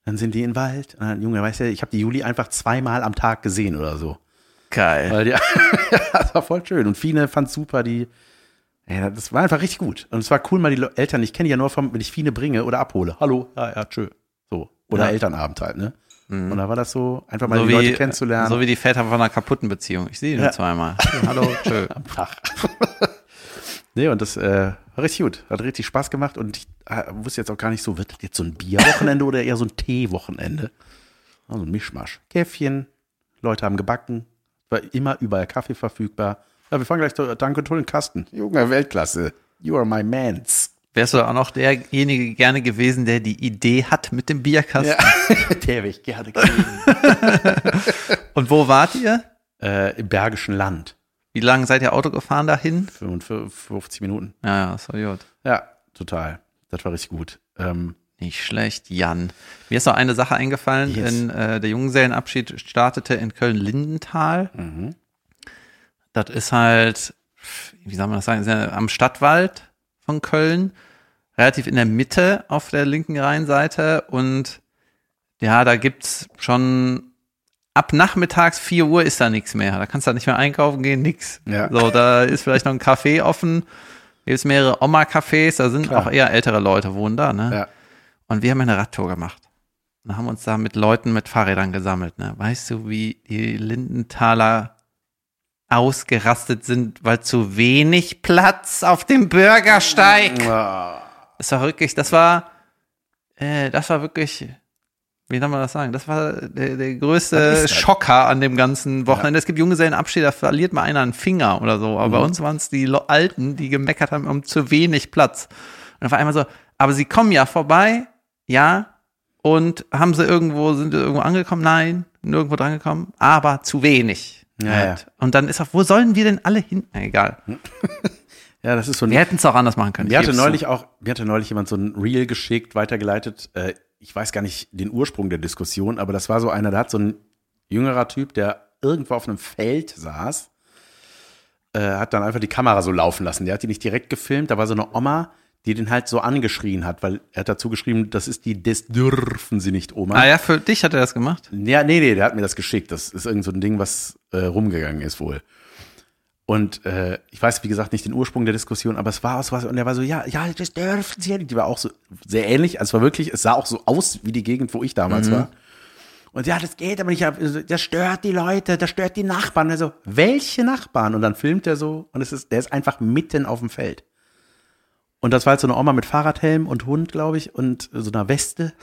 Dann sind die in den Wald. Und dann, Junge, weißt du, ich habe die Juli einfach zweimal am Tag gesehen oder so. Geil. Weil die, das war voll schön. Und Fine fand super, die. Ja, das war einfach richtig gut. Und es war cool, mal die Le- Eltern, ich kenne die ja nur vom, wenn ich Fine bringe oder abhole. Hallo, ja, ja, tschö. So. Oder Ja. Mhm. Elternabend halt, ne? Und da war das so, einfach mal So die wie, Leute kennenzulernen. so wie die Väter von einer kaputten Beziehung. Ich sehe die nur Ja. zweimal. Hallo, tschö. Ach. nee, und das äh, war richtig gut. Hat richtig Spaß gemacht und ich äh, wusste jetzt auch gar nicht so, wird das jetzt so ein Bierwochenende oder eher so ein Teewochenende? Also ein Mischmasch. Käffchen, Leute haben gebacken, war immer überall Kaffee verfügbar. Ja, wir fahren gleich zu äh, Danke tollen Kasten. Junge Weltklasse. You are my mans. Wärst du auch noch derjenige gerne gewesen, der die Idee hat mit dem Bierkasten? Der wäre ich gerne gewesen. Und wo wart ihr? äh, Im Bergischen Land. Wie lange seid ihr Auto gefahren dahin? 55 Minuten. Ja, ja, so gut. Ja, total. Das war richtig gut. Ähm, Nicht schlecht, Jan. Mir ist noch eine Sache eingefallen. Yes. In, äh, der Junggesellenabschied startete in Köln-Lindenthal. mhm. Das ist halt, wie soll man das sagen, ist ja am Stadtwald von Köln, relativ in der Mitte auf der linken Rheinseite. Und ja, da gibt's schon ab nachmittags 4 Uhr ist da nichts mehr. Da kannst du da nicht mehr einkaufen gehen, nix. Ja. So, da ist vielleicht noch ein Café offen. Hier gibt's mehrere Oma-Cafés, da sind Klar. auch eher ältere Leute, wohnen da, ne? ja. Und wir haben eine Radtour gemacht. Und haben uns da mit Leuten mit Fahrrädern gesammelt. Ne? Weißt du, wie die Lindenthaler ausgerastet sind, weil zu wenig Platz auf dem Bürgersteig. Ah, Es war wirklich, das war, äh, das war wirklich, wie soll man das sagen? Das war der, der Was größte ist das? Schocker an dem ganzen Wochenende. Es gibt Junggesellenabschied, da verliert mal einer einen Finger oder so. Mhm. Aber bei uns waren es die Lo- Alten, die gemeckert haben um zu wenig Platz. Und dann war einmal so, aber sie kommen ja vorbei, ja, und haben sie irgendwo, sind sie irgendwo angekommen? Nein, nirgendwo drangekommen, aber zu wenig. Halt. Ja, ja. Und dann ist auch, wo sollen wir denn alle hin? Na, Egal. ja, das ist so ein Wir hätten es auch anders machen können. Mir Ich hatte geb's zu. neulich auch, mir hatte neulich jemand so ein Reel geschickt, weitergeleitet. Äh, ich weiß gar nicht den Ursprung der Diskussion, aber das war so einer, da hat so ein jüngerer Typ, der irgendwo auf einem Feld saß, äh, hat dann einfach die Kamera so laufen lassen. Der hat die nicht direkt gefilmt, da war so eine Oma, die den halt so angeschrien hat, weil er hat dazu geschrieben, das ist die, das dürfen sie nicht, Oma. Ah ja, für dich hat er das gemacht. Ja, nee, nee, der hat mir das geschickt. Das ist irgend so ein Ding, was äh, rumgegangen ist wohl. Und äh, ich weiß, wie gesagt, nicht den Ursprung der Diskussion, aber es war aus was. Und der war so, ja, ja, das dürfen sie ja nicht. Die war auch so sehr ähnlich. Also es war wirklich, es sah auch so aus wie die Gegend, wo ich damals war. Und ja, das geht aber nicht. Also, Das stört die Leute, das stört die Nachbarn. Also, welche Nachbarn? Und dann filmt er so und es ist, der ist einfach mitten auf dem Feld. Und das war halt so eine Oma mit Fahrradhelm und Hund, glaube ich, und so einer Weste.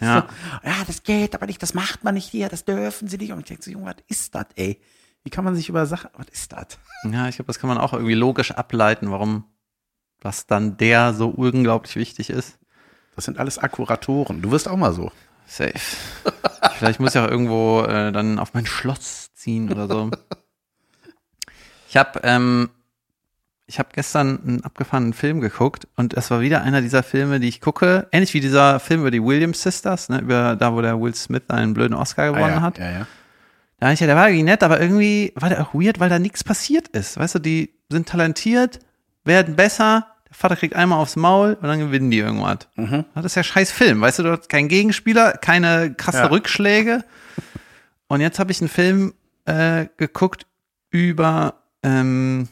Ja. So, ja, das geht aber nicht, das macht man nicht hier, das dürfen sie nicht. Und ich denke so, Junge, was ist das, ey? Wie kann man sich über Sachen, was ist das? Ja, ich glaube, das kann man auch irgendwie logisch ableiten, warum das dann der so unglaublich wichtig ist. Das sind alles Akkuratoren. Du wirst auch mal so. Safe. Vielleicht muss ich auch irgendwo äh, dann auf mein Schloss ziehen oder so. Ich habe ähm, ich habe gestern einen abgefahrenen Film geguckt und es war wieder einer dieser Filme, die ich gucke, ähnlich wie dieser Film über die Williams Sisters, ne, über da wo der Will Smith einen blöden Oscar gewonnen Ah, ja, hat. Ja, ja. Da dachte ich ja, der war irgendwie nett, aber irgendwie war der auch weird, weil da nichts passiert ist. Weißt du, die sind talentiert, werden besser, der Vater kriegt einmal aufs Maul und dann gewinnen die irgendwas. Mhm. Das ist ja scheiß Film, weißt du, du hast keinen Gegenspieler, keine krassen Ja. Rückschläge. Und jetzt habe ich einen Film äh, geguckt über, ähm,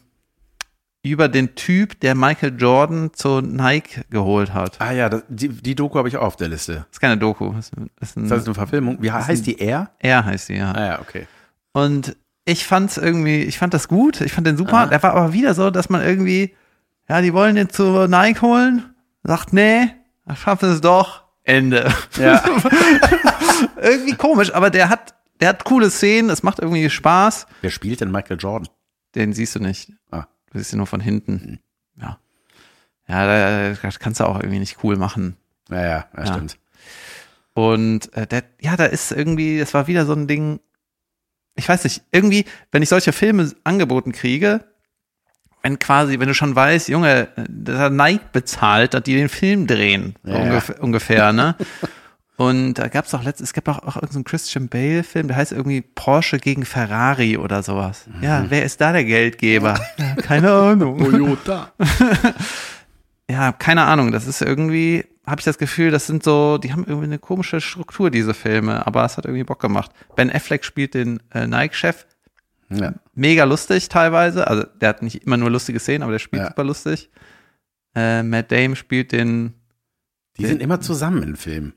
über den Typ, der Michael Jordan zu Nike geholt hat. Ah ja, das, die, die Doku habe ich auch auf der Liste. Das ist keine Doku, das ist ein, das ist ein Ist Mhm. das eine Verfilmung? Wie heißt die R? er heißt sie, ja. Ah ja, okay. Und ich fand's irgendwie, ich fand das gut, ich fand den super. Aha. Der war aber wieder so, dass man irgendwie, ja, die wollen den zu Nike holen, sagt, nee, dann schaffen sie es doch, Ende. Ja. irgendwie komisch, aber der hat, der hat coole Szenen, es macht irgendwie Spaß. Wer spielt denn Michael Jordan? Den siehst du nicht. Ah. Mhm. Du siehst ihn nur von hinten. Ja. Ja, da- das kannst du auch irgendwie nicht cool machen. Naja, ja, Ja. stimmt. Und äh, der, ja, da ist irgendwie, das war wieder so ein Ding. Ich weiß nicht, irgendwie, wenn ich solche Filme angeboten kriege, wenn quasi, wenn du schon weißt, Junge, äh, da hat Nike bezahlt, dass die den Film drehen, Ja. ungef ungefähr, ne? Und da gab's auch letztes, es gab auch, auch irgendeinen Christian Bale-Film, der heißt irgendwie Porsche gegen Ferrari oder sowas. Ja, wer ist da der Geldgeber? Ja, Keine Ahnung. Toyota. Ja, keine Ahnung. Das ist irgendwie, habe ich das Gefühl, das sind so, die haben irgendwie eine komische Struktur, diese Filme, aber es hat irgendwie Bock gemacht. Ben Affleck spielt den äh, Nike-Chef, Ja. mega lustig teilweise. Also der hat nicht immer nur lustige Szenen, aber der spielt Ja. super lustig. Äh, Matt Dame spielt den, Die sind immer zusammen in Filmen.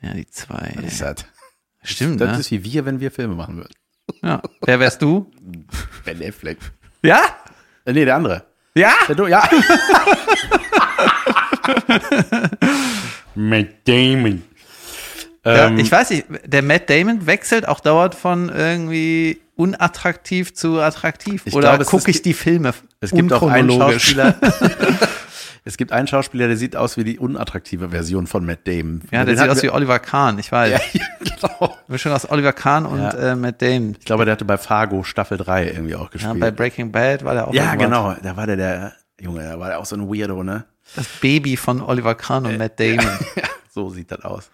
ja, die zwei. Das ist halt- Stimmt, Das ne? ist wie wir, wenn wir Filme machen würden. ja. Wer wärst du? Ben Affleck. Ja? Äh, nee, der andere. Ja? Der du, ja. Matt Damon. Ja, Ähm, ich weiß nicht, der Matt Damon wechselt auch dauernd von irgendwie unattraktiv zu attraktiv. Ich Oder glaube, es gucke ist- ich die Filme? es gibt auch einen unchronologisch? Schauspieler. es gibt einen Schauspieler, der sieht aus wie die unattraktive Version von Matt Damon. Ja, der Den sieht hatten aus wie wir- Oliver Kahn, ich weiß. Ja, genau. Eine Mischung aus Oliver Kahn und Ja. äh, Matt Damon. Ich glaube, der hatte bei Fargo Staffel 3 irgendwie auch Ja, gespielt. bei Breaking Bad war der auch Ja, irgendwas. genau. Da war der, der Junge, da war der auch so ein Weirdo, ne? das Baby von Oliver Kahn Äh, und Matt Damon. So sieht das aus.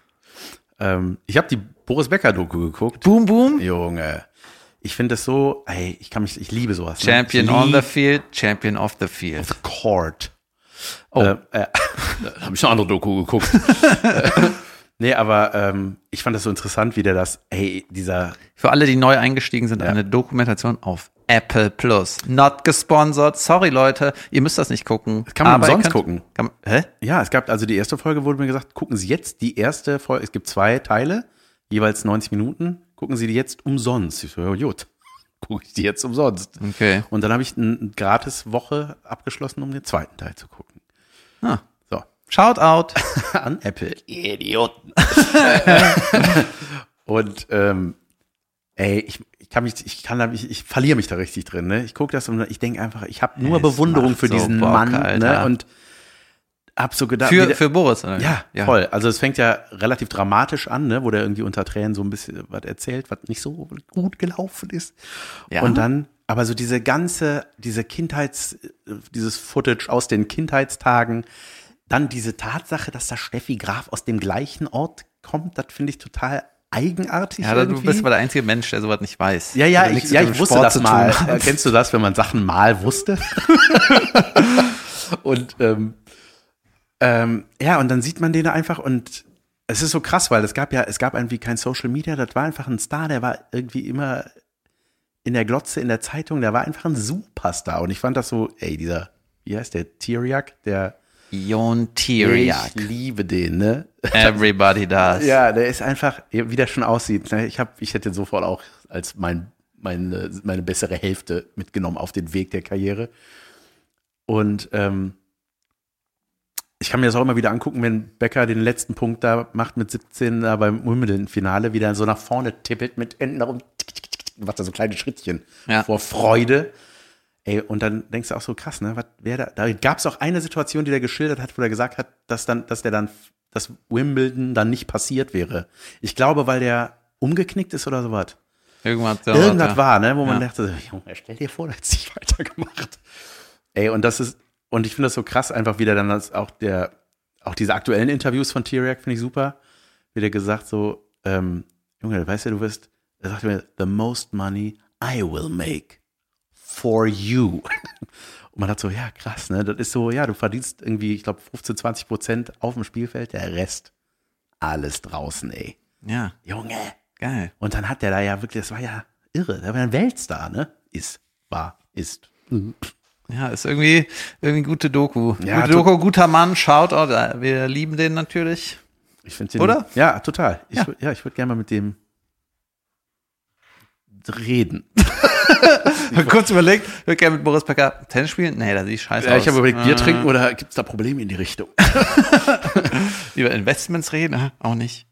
Ähm, ich habe die Boris Becker-Doku geguckt. Boom, boom. Junge. Ich finde das so, ey, ich kann mich, ich liebe sowas. ne? Champion ich on lieb the field, Champion of the field. Court. Oh. Äh, äh, da habe ich eine andere Doku geguckt. nee, aber ähm, ich fand das so interessant, wie der das, ey, dieser, Für alle, die neu eingestiegen sind, eine Dokumentation auf Apple Plus. Not gesponsert. Sorry, Leute. Ihr müsst das nicht gucken. kann man ihr umsonst könnt- gucken. Kann man, hä? Ja, es gab also die erste Folge, wurde mir gesagt, gucken Sie jetzt die erste Folge. Es gibt zwei Teile, jeweils 90 Minuten. Gucken Sie die jetzt umsonst. Ich so, ja, gut, gucke ich die jetzt umsonst. Okay. Und dann habe ich eine gratis Woche abgeschlossen, um den zweiten Teil zu gucken. Ah. So, Shout out. an Apple. Idioten. und ähm, ey, ich, ich kann mich, ich kann, da- ich, ich verliere mich da richtig drin. Ne? Ich gucke das und ich denke einfach, ich habe nur Es Bewunderung macht für so diesen Bock, Mann Alter. ne? und hab so gedacht, wie Für, der- für Boris. Oder? ja, voll. Also es fängt ja relativ dramatisch an, ne, wo der irgendwie unter Tränen so ein bisschen was erzählt, was nicht so gut gelaufen ist. Ja. Und dann, aber so diese ganze, diese Kindheits, äh, dieses Footage aus den Kindheitstagen, dann diese Tatsache, dass da Steffi Graf aus dem gleichen Ort kommt, das finde ich total eigenartig. Ja, du irgendwie. bist aber der einzige Mensch, der sowas nicht weiß. ja, ja, Der ich, nichts ja, mit dem ich wusste Sport zu das tun mal. hat. Äh, Kennst du das, wenn man Sachen mal wusste? und ähm, ähm, ja, und dann sieht man den da einfach und es ist so krass, weil es gab ja, es gab irgendwie kein Social Media, das war einfach ein Star, der war irgendwie immer in der Glotze, in der Zeitung, der war einfach ein Superstar. Und ich fand das so, ey, dieser, wie heißt der, Tyriak, der Ion Tyriak. Ich liebe den, ne? Everybody does. Ja, der ist einfach, wie der schon aussieht. Ne? Ich, hab, ich hätte sofort auch als mein, meine, meine bessere Hälfte mitgenommen auf den Weg der Karriere. Und ähm, ich kann mir das auch immer wieder angucken, wenn Becker den letzten Punkt da macht mit 17 da beim Wimbledon-Finale, wie der so nach vorne tippelt mit Händen nach oben, tick, tick, tick, tick, macht da so kleine Schrittchen Ja. vor Freude. Ey, und dann denkst du auch so, krass, ne? Was wär da? Da gab es auch eine Situation, die der geschildert hat, wo er gesagt hat, dass dann, dass der dann, dass Wimbledon dann nicht passiert wäre. Ich glaube, weil der umgeknickt ist oder sowas. Irgendwas, Irgendwas war, ne? Wo man Ja. dachte, so, Junge, stell dir vor, da hätte ich weitergemacht. Ey, und das ist, und ich finde das so krass, einfach wieder dann als auch der, auch diese aktuellen Interviews von T-React finde ich super. Wieder gesagt so, ähm, Junge, weißt du, du wirst, er sagt mir, the most money I will make for you. Und man hat so, ja, krass, ne? Das ist so, ja, du verdienst irgendwie, ich glaube, 15, 20 Prozent auf dem Spielfeld, der Rest alles draußen, ey. Ja, Junge. geil. Und dann hat der da ja wirklich, das war ja irre, der war ja ein Weltstar, ne? Ist, war, ist. Ja, ist irgendwie, irgendwie gute Doku. Ja, gute Doku, guter Mann, Shoutout. äh, Wir lieben den natürlich. Ich finde den- Oder? Ja, total. Ich, Ja. wür- ja, ich würde gerne mal mit dem reden. Kurz überlegt, würde gerne mit Boris Becker Tennis spielen? Nee, da sieht ich scheiße Ja, aus. ich habe überlegt, Bier Äh, trinken oder gibt es da Probleme in die Richtung? Über Investments reden? Äh, Auch nicht.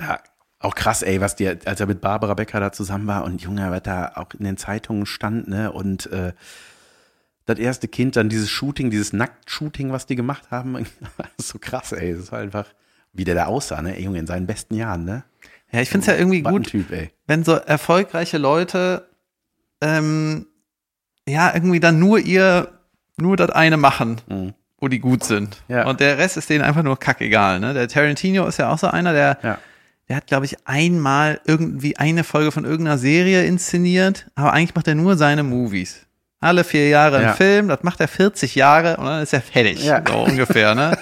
Ja, auch krass, ey, was die, als er mit Barbara Becker da zusammen war und Junge, was da auch in den Zeitungen stand, ne? Und äh, das erste Kind, dann dieses Shooting, dieses Nackt-Shooting, was die gemacht haben, das ist so krass, ey. Das war einfach. Wie der da aussah, ne? Ey, Junge, in seinen besten Jahren, ne? Ja, ich finde es ja irgendwie Was ein gut, Typ, ey. wenn so erfolgreiche Leute ähm, ja irgendwie dann nur ihr, nur das eine machen, Mhm. wo die gut sind. Ja. Und der Rest ist denen einfach nur kackegal. Ne? Der Tarantino ist ja auch so einer, der, Ja. der hat, glaube ich, einmal irgendwie eine Folge von irgendeiner Serie inszeniert, aber eigentlich macht er nur seine Movies. Alle vier Jahre einen Ja. Film, das macht er 40 Jahre und dann ist er fertig. Ja. So ungefähr, ne?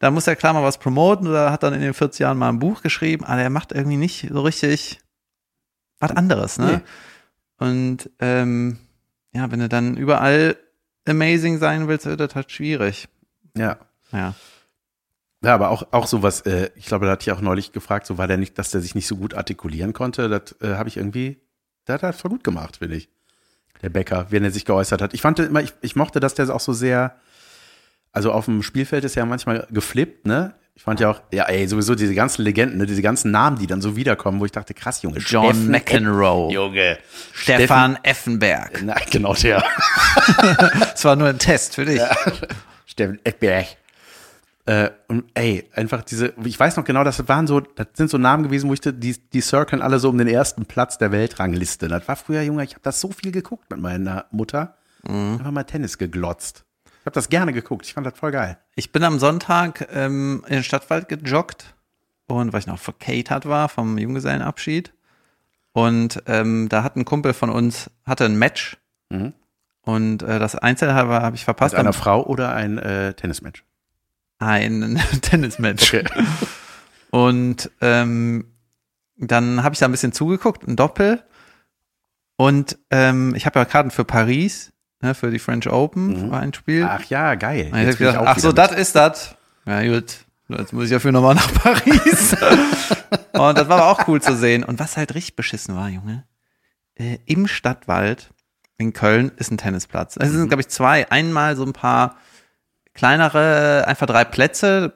Da muss er klar mal was promoten oder hat dann in den 40 Jahren mal ein Buch geschrieben, aber er macht irgendwie nicht so richtig was anderes, ne? Und ähm, ja, wenn du dann überall amazing sein willst, wird das halt schwierig. Ja. Ja. Ja, aber auch, auch sowas, äh, ich glaube, da hatte ich auch neulich gefragt, so war der nicht, dass der sich nicht so gut artikulieren konnte. Das äh, habe ich irgendwie, der hat das voll gut gemacht, finde ich. Der Bäcker, wenn er sich geäußert hat. Ich fand immer, ich, ich mochte, dass der auch so sehr, also auf dem Spielfeld ist er ja manchmal geflippt, ne? Ich fand ja auch, ja, ey, sowieso diese ganzen Legenden, ne? diese ganzen Namen, die dann so wiederkommen, wo ich dachte, krass, Junge. Steffen McEnroe, Eck- Junge. Stefan Effenberg. Steffen, nein, genau der. Das war nur ein Test für dich. Steffen Eckberg. Äh, und ey, einfach diese, ich weiß noch genau, das waren so, das sind so Namen gewesen, wo ich die, die- die circlen alle so um den ersten Platz der Weltrangliste. Das war früher, Junge, ich habe das so viel geguckt mit meiner Mutter. Mhm. Einfach mal Tennis geglotzt. Ich habe das gerne geguckt, ich fand das voll geil. Ich bin am Sonntag ähm, in den Stadtwald gejoggt und weil ich noch verkatert war vom Junggesellenabschied. Und ähm, da hat ein Kumpel von uns, hatte ein Match. Mhm. Und äh, das Einzel habe hab ich verpasst. Mit einer Frau oder ein äh, Tennismatch. ein Tennismatch. Und ähm, dann habe ich da ein bisschen zugeguckt, ein Doppel. Und ähm, ich habe ja Karten für Paris, ne, für die French Open, Mhm. war ein Spiel. Ach ja, geil. Und ich hab bin gedacht, auch ach so, wieder das ist das. Ja, gut. Jetzt muss ich dafür nochmal nach Paris. und das war aber auch cool zu sehen. Und was halt richtig beschissen war, Junge, äh, im Stadtwald in Köln ist ein Tennisplatz. Es Mhm. sind, glaube ich, zwei. Einmal so ein paar kleinere, einfach drei Plätze.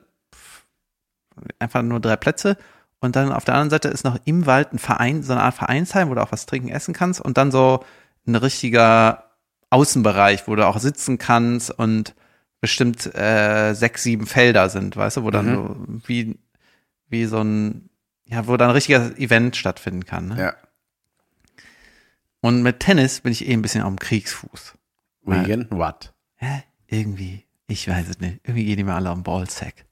Einfach nur drei Plätze. Und dann auf der anderen Seite ist noch im Wald ein Verein, so eine Art Vereinsheim, wo du auch was trinken, essen kannst. Und dann so ein richtiger Außenbereich, wo du auch sitzen kannst und bestimmt äh, sechs, sieben Felder sind, weißt du, wo dann Mhm. so wie, wie so ein, ja, wo dann ein richtiger Event stattfinden kann. Ne? mit- Ja. Und mit Tennis bin ich eh ein bisschen am Kriegsfuß. Weekend, what? Hä? Irgendwie, ich weiß es nicht. Irgendwie gehen die mir alle am Ballsack.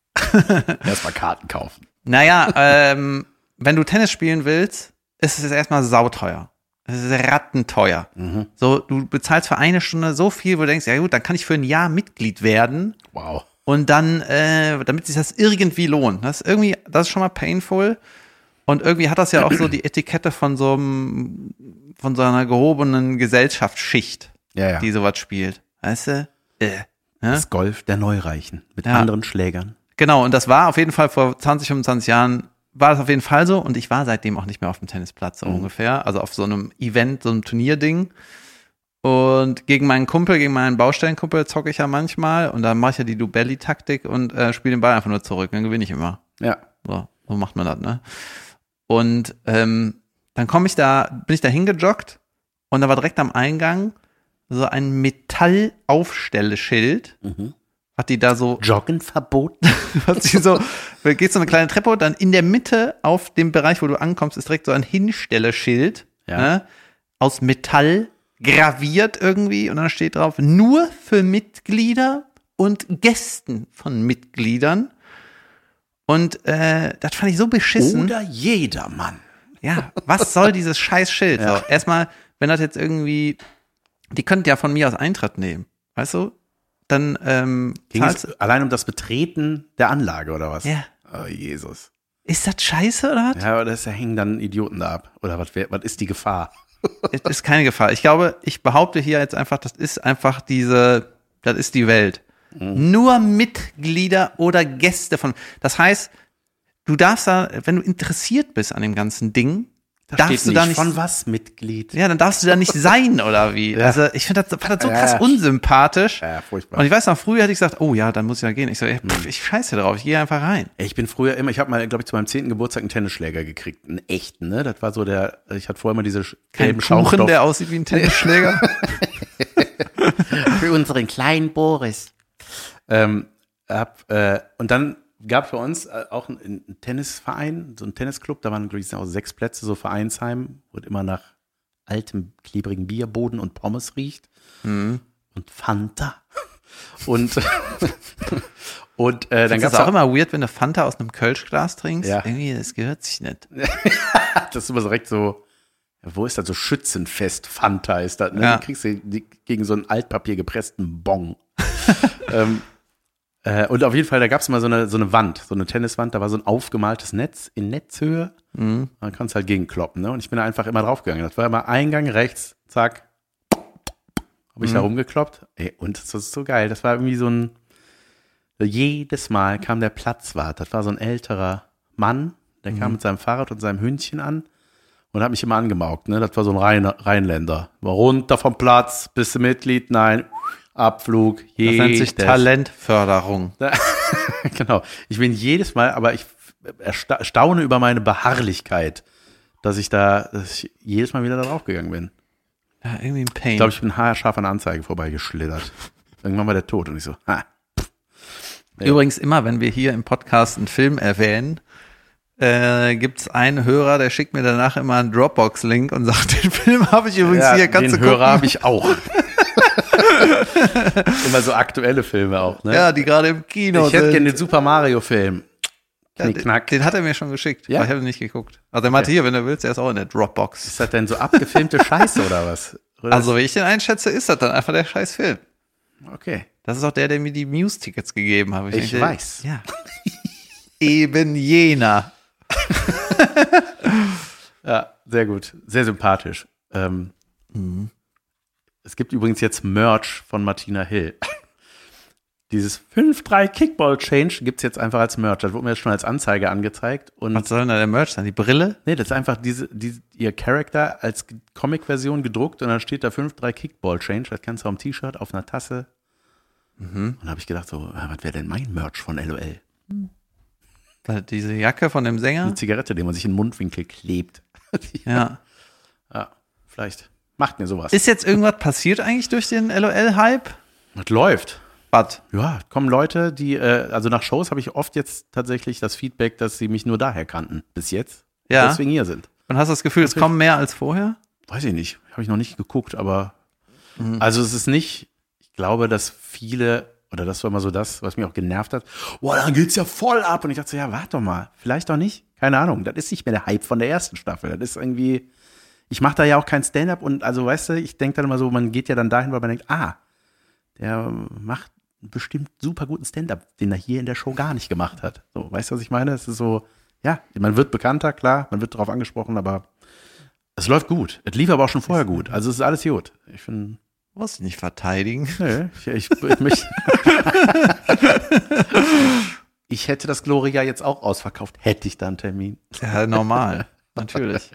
Erstmal Karten kaufen. Naja, ähm, wenn du Tennis spielen willst, ist es erstmal sauteuer. Es ist rattenteuer. Mhm. So, du bezahlst für eine Stunde so viel, wo du denkst, ja gut, dann kann ich für ein Jahr Mitglied werden Wow. und dann, äh, damit sich das irgendwie lohnt. Das ist irgendwie, das ist schon mal painful. Und irgendwie hat das ja auch so die Etikette von so einem, von so einer gehobenen Gesellschaftsschicht, Ja, ja. die sowas spielt. Weißt du? Äh. ne? Das Golf der Neureichen mit Ja. anderen Schlägern. Genau, und das war auf jeden Fall vor 20, 25 Jahren, war das auf jeden Fall so. Und ich war seitdem auch nicht mehr auf dem Tennisplatz so ungefähr. Also auf so einem Event, so einem Turnierding. Und gegen meinen Kumpel, gegen meinen Baustellenkumpel zocke ich ja manchmal. Und dann mache ich ja die Dubelli-Taktik und äh, spiele den Ball einfach nur zurück. Dann gewinne ich immer. Ja. So, so macht man das, ne? Und ähm, dann komme ich da, bin ich da hingejoggt und da war direkt am Eingang so ein Metallaufstelleschild, Mhm. hat die da so Joggen verboten. hat sie so, da geht so eine kleine Treppe und dann in der Mitte auf dem Bereich, wo du ankommst, ist direkt so ein Hinstellerschild Ja. ne, aus Metall graviert irgendwie und dann steht drauf, nur für Mitglieder und Gästen von Mitgliedern. Und äh, das fand ich so beschissen. Oder jedermann. Ja, was soll dieses scheiß Schild? So, erstmal, wenn das jetzt irgendwie, die könnten ja von mir aus Eintritt nehmen, weißt du? Dann ähm, Ging zahlst es allein um das Betreten der Anlage oder was? Ja. Oh, Jesus. Ist das scheiße oder was? Ja, aber das da hängen dann Idioten da ab. Oder was, wär- was ist die Gefahr? Es ist keine Gefahr. Ich glaube, ich behaupte hier jetzt einfach, das ist einfach diese, das ist die Welt. Mhm. Nur Mitglieder oder Gäste von. Das heißt, du darfst da, wenn du interessiert bist an dem ganzen Ding, darfst du da nicht. von was Mitglied? ja, dann darfst du da nicht sein oder wie. Also ich finde das, fand das so Ja. krass unsympathisch. Ja, Mhm. furchtbar. Und ich weiß noch, früher hätte ich gesagt, oh ja, dann muss ich ja gehen. Ich so, ey, pff, ich scheiße drauf, ich gehe einfach rein. Ey, Ich bin früher immer, ich habe mal, glaube ich, zu meinem zehnten Geburtstag einen Tennisschläger gekriegt. Einen echten, ne? Das war so der, ich hatte vorher immer diese sch- Kein gelben Kuchen, Schaumstoff. der aussieht wie ein Tennisschläger. für unseren kleinen Boris. Ähm, hab, äh, und dann gab für uns äh, auch einen, einen Tennisverein, so einen Tennisclub, da waren, glaube ich, auch sechs Plätze, so Vereinsheim, wo es immer nach altem, klebrigen Bierboden und Pommes riecht Mhm. und Fanta. Und, und äh, dann Dann gab ist es auch immer weird, wenn du Fanta aus einem Kölschglas trinkst. Ja. Irgendwie, das gehört sich nicht. das ist immer direkt so, ja, wo ist das so Schützenfest Fanta ist das, ne? Ja. Die kriegst du die, gegen so einen Altpapier gepressten Bon. ähm, äh, und auf jeden Fall, da gab es mal so eine, so eine Wand, so eine Tenniswand, da war so ein aufgemaltes Netz in Netzhöhe. Man kann es halt gegenkloppen, ne? Und ich bin da einfach immer draufgegangen. Das war immer Eingang rechts, zack. Habe ich da Mhm. rumgekloppt. Ey, und das ist so geil. Das war irgendwie so ein. Jedes Mal kam der Platzwart. Das war so ein älterer Mann, der Mhm. kam mit seinem Fahrrad und seinem Hündchen an und hat mich immer angemaugt. Ne? Das war so ein Rhein Rheinländer. War runter vom Platz, bist du Mitglied? Nein. Abflug. Das nennt sich jedes Talentförderung. genau. Ich bin jedes Mal, aber ich ersta staune über meine Beharrlichkeit, dass ich da dass ich jedes Mal wieder da draufgegangen bin. Ja, irgendwie ein Pain. Ich glaube, ich bin haarscharf an der Anzeige vorbeigeschlittert. Irgendwann war der tot und ich so, ha. Ja. Übrigens immer, wenn wir hier im Podcast einen Film erwähnen, äh, gibt's einen Hörer, der schickt mir danach immer einen Dropbox-Link und sagt, den Film habe ich übrigens hier, kannst den du gucken. Hörer habe ich auch. Immer so aktuelle Filme auch, ne? Ja, die gerade im Kino ich hätte sind. gerne den Super Mario-Film. Ja, Knick, knack. Den hat er mir schon geschickt, Ja? aber ich habe ihn nicht geguckt. Also er meinte, hier, wenn du willst, er ist auch in der Dropbox. Ist das denn so abgefilmte Scheiße oder was? Oder Also wie ich den einschätze, ist das dann einfach der scheiß Film. Also- okay. Das ist auch der, der mir die Muse-Tickets gegeben hat. Ich denke, weiß. Ja. Eben jener. Ja, sehr gut. Sehr sympathisch. Ähm, Mhm. Es gibt übrigens jetzt Merch von Martina Hill. Dieses 5-3 Kickball Change gibt es jetzt einfach als Merch. Das wurde mir jetzt schon als Anzeige angezeigt. Und Was soll denn da der Merch sein? Die Brille? nee, das ist einfach diese, diese, ihr Charakter als G- Comic-Version gedruckt und dann steht da 5-3 Kickball Change. Das kannst du auf dem T-Shirt, auf einer Tasse. Mhm. Und da habe ich gedacht, so, ah, was wäre denn mein Merch von LOL? Diese Jacke von dem Sänger? Eine Zigarette, die man sich in den Mundwinkel klebt. Ja. ja, vielleicht. Macht mir sowas. Ist jetzt irgendwas passiert eigentlich durch den LOL-Hype? Das läuft. Was? Ja, kommen Leute, die, äh, also nach Shows habe ich oft jetzt tatsächlich das Feedback, dass sie mich nur daher kannten, bis jetzt. Ja. Deswegen hier sind. Und hast du das Gefühl, es kommen mehr als vorher? Weiß ich nicht, habe ich noch nicht geguckt, aber also es ist nicht, ich glaube, dass viele, oder das war immer so das, was mich auch genervt hat, boah, dann geht's ja voll ab. Und ich dachte so, ja, warte doch mal, vielleicht doch nicht. Keine Ahnung, das ist nicht mehr der Hype von der ersten Staffel. Das ist irgendwie, ich mache da ja auch kein Stand-up und also weißt du, ich denke dann immer so, man geht ja dann dahin, weil man denkt, ah, der macht bestimmt super guten Stand-up, den er hier in der Show gar nicht gemacht hat. So, weißt du, was ich meine? Es ist so, ja, man wird bekannter, klar, man wird darauf angesprochen, aber es läuft gut. Es lief aber auch schon vorher gut. Also es ist alles gut. Ich finde, Muss ich nicht verteidigen. nee, ich, ich, ich möchte. ich hätte das Gloria jetzt auch ausverkauft, hätte ich da einen Termin. Ja, normal. Natürlich.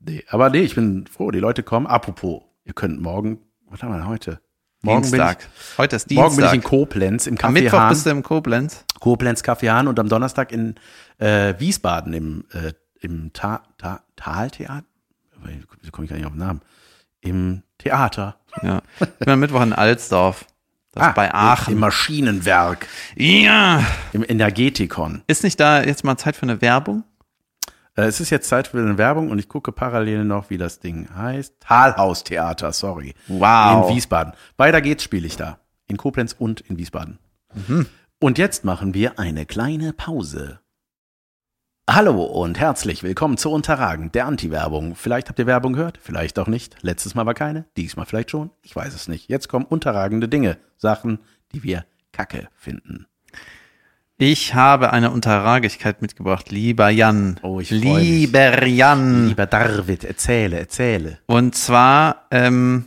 Nee, aber nee, ich bin froh, die Leute kommen. Apropos, ihr könnt morgen, was haben wir denn heute? Morgen Dienstag. Bin Heute ist ich, morgen Dienstag. bin ich in Koblenz im Café Am Mittwoch Hahn. bist du im Koblenz. Koblenz Café Hahn und am Donnerstag in äh, Wiesbaden im, äh, im Ta Ta Taltheater. Wieso komme ich gar nicht auf den Namen? Im Theater. Ja. Ich bin am Mittwoch in Alsdorf. Das Ah, ist bei Aachen. Im Maschinenwerk. Ja. Im Energetikon. Ist nicht da jetzt mal Zeit für eine Werbung? Äh, es ist jetzt Zeit für eine Werbung und ich gucke parallel noch, wie das Ding heißt. Talhaustheater, sorry. Wow. In Wiesbaden. Weiter geht's, spiele ich da. In Koblenz und in Wiesbaden. Und jetzt machen wir eine kleine Pause. Hallo und herzlich willkommen zu Unterragend, der Anti-Werbung. Vielleicht habt ihr Werbung gehört, vielleicht auch nicht. Letztes Mal war keine, diesmal vielleicht schon, ich weiß es nicht. Jetzt kommen unterragende Dinge, Sachen, die wir kacke finden. Ich habe eine Unterragigkeit mitgebracht, lieber Jan. Oh, ich freu mich. Lieber Jan. Lieber David, erzähle, erzähle. Und zwar ähm,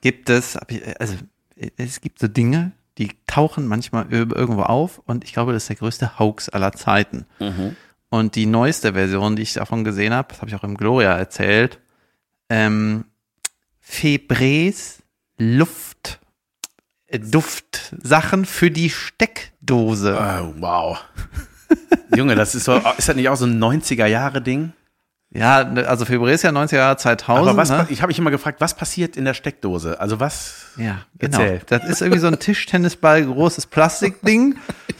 gibt es, hab ich- also es gibt so Dinge, die tauchen manchmal ir- irgendwo auf und ich glaube, das ist der größte Hoax aller Zeiten. Und die neueste Version, die ich davon gesehen habe, das habe ich auch im Gloria erzählt, ähm, Febres Luft, äh, Duftsachen für die Steckdose. Ah. Oh, wow. Junge, das ist so, ist das nicht auch so ein 90er-Jahre-Ding? Ja, ne, also Februar ist ja 90er Jahre 2000. Aber was, ne? ich habe mich immer gefragt, was passiert in der Steckdose? Also was? Ja, genau. Erzähl. Das ist irgendwie so ein Tischtennisball, großes Plastikding.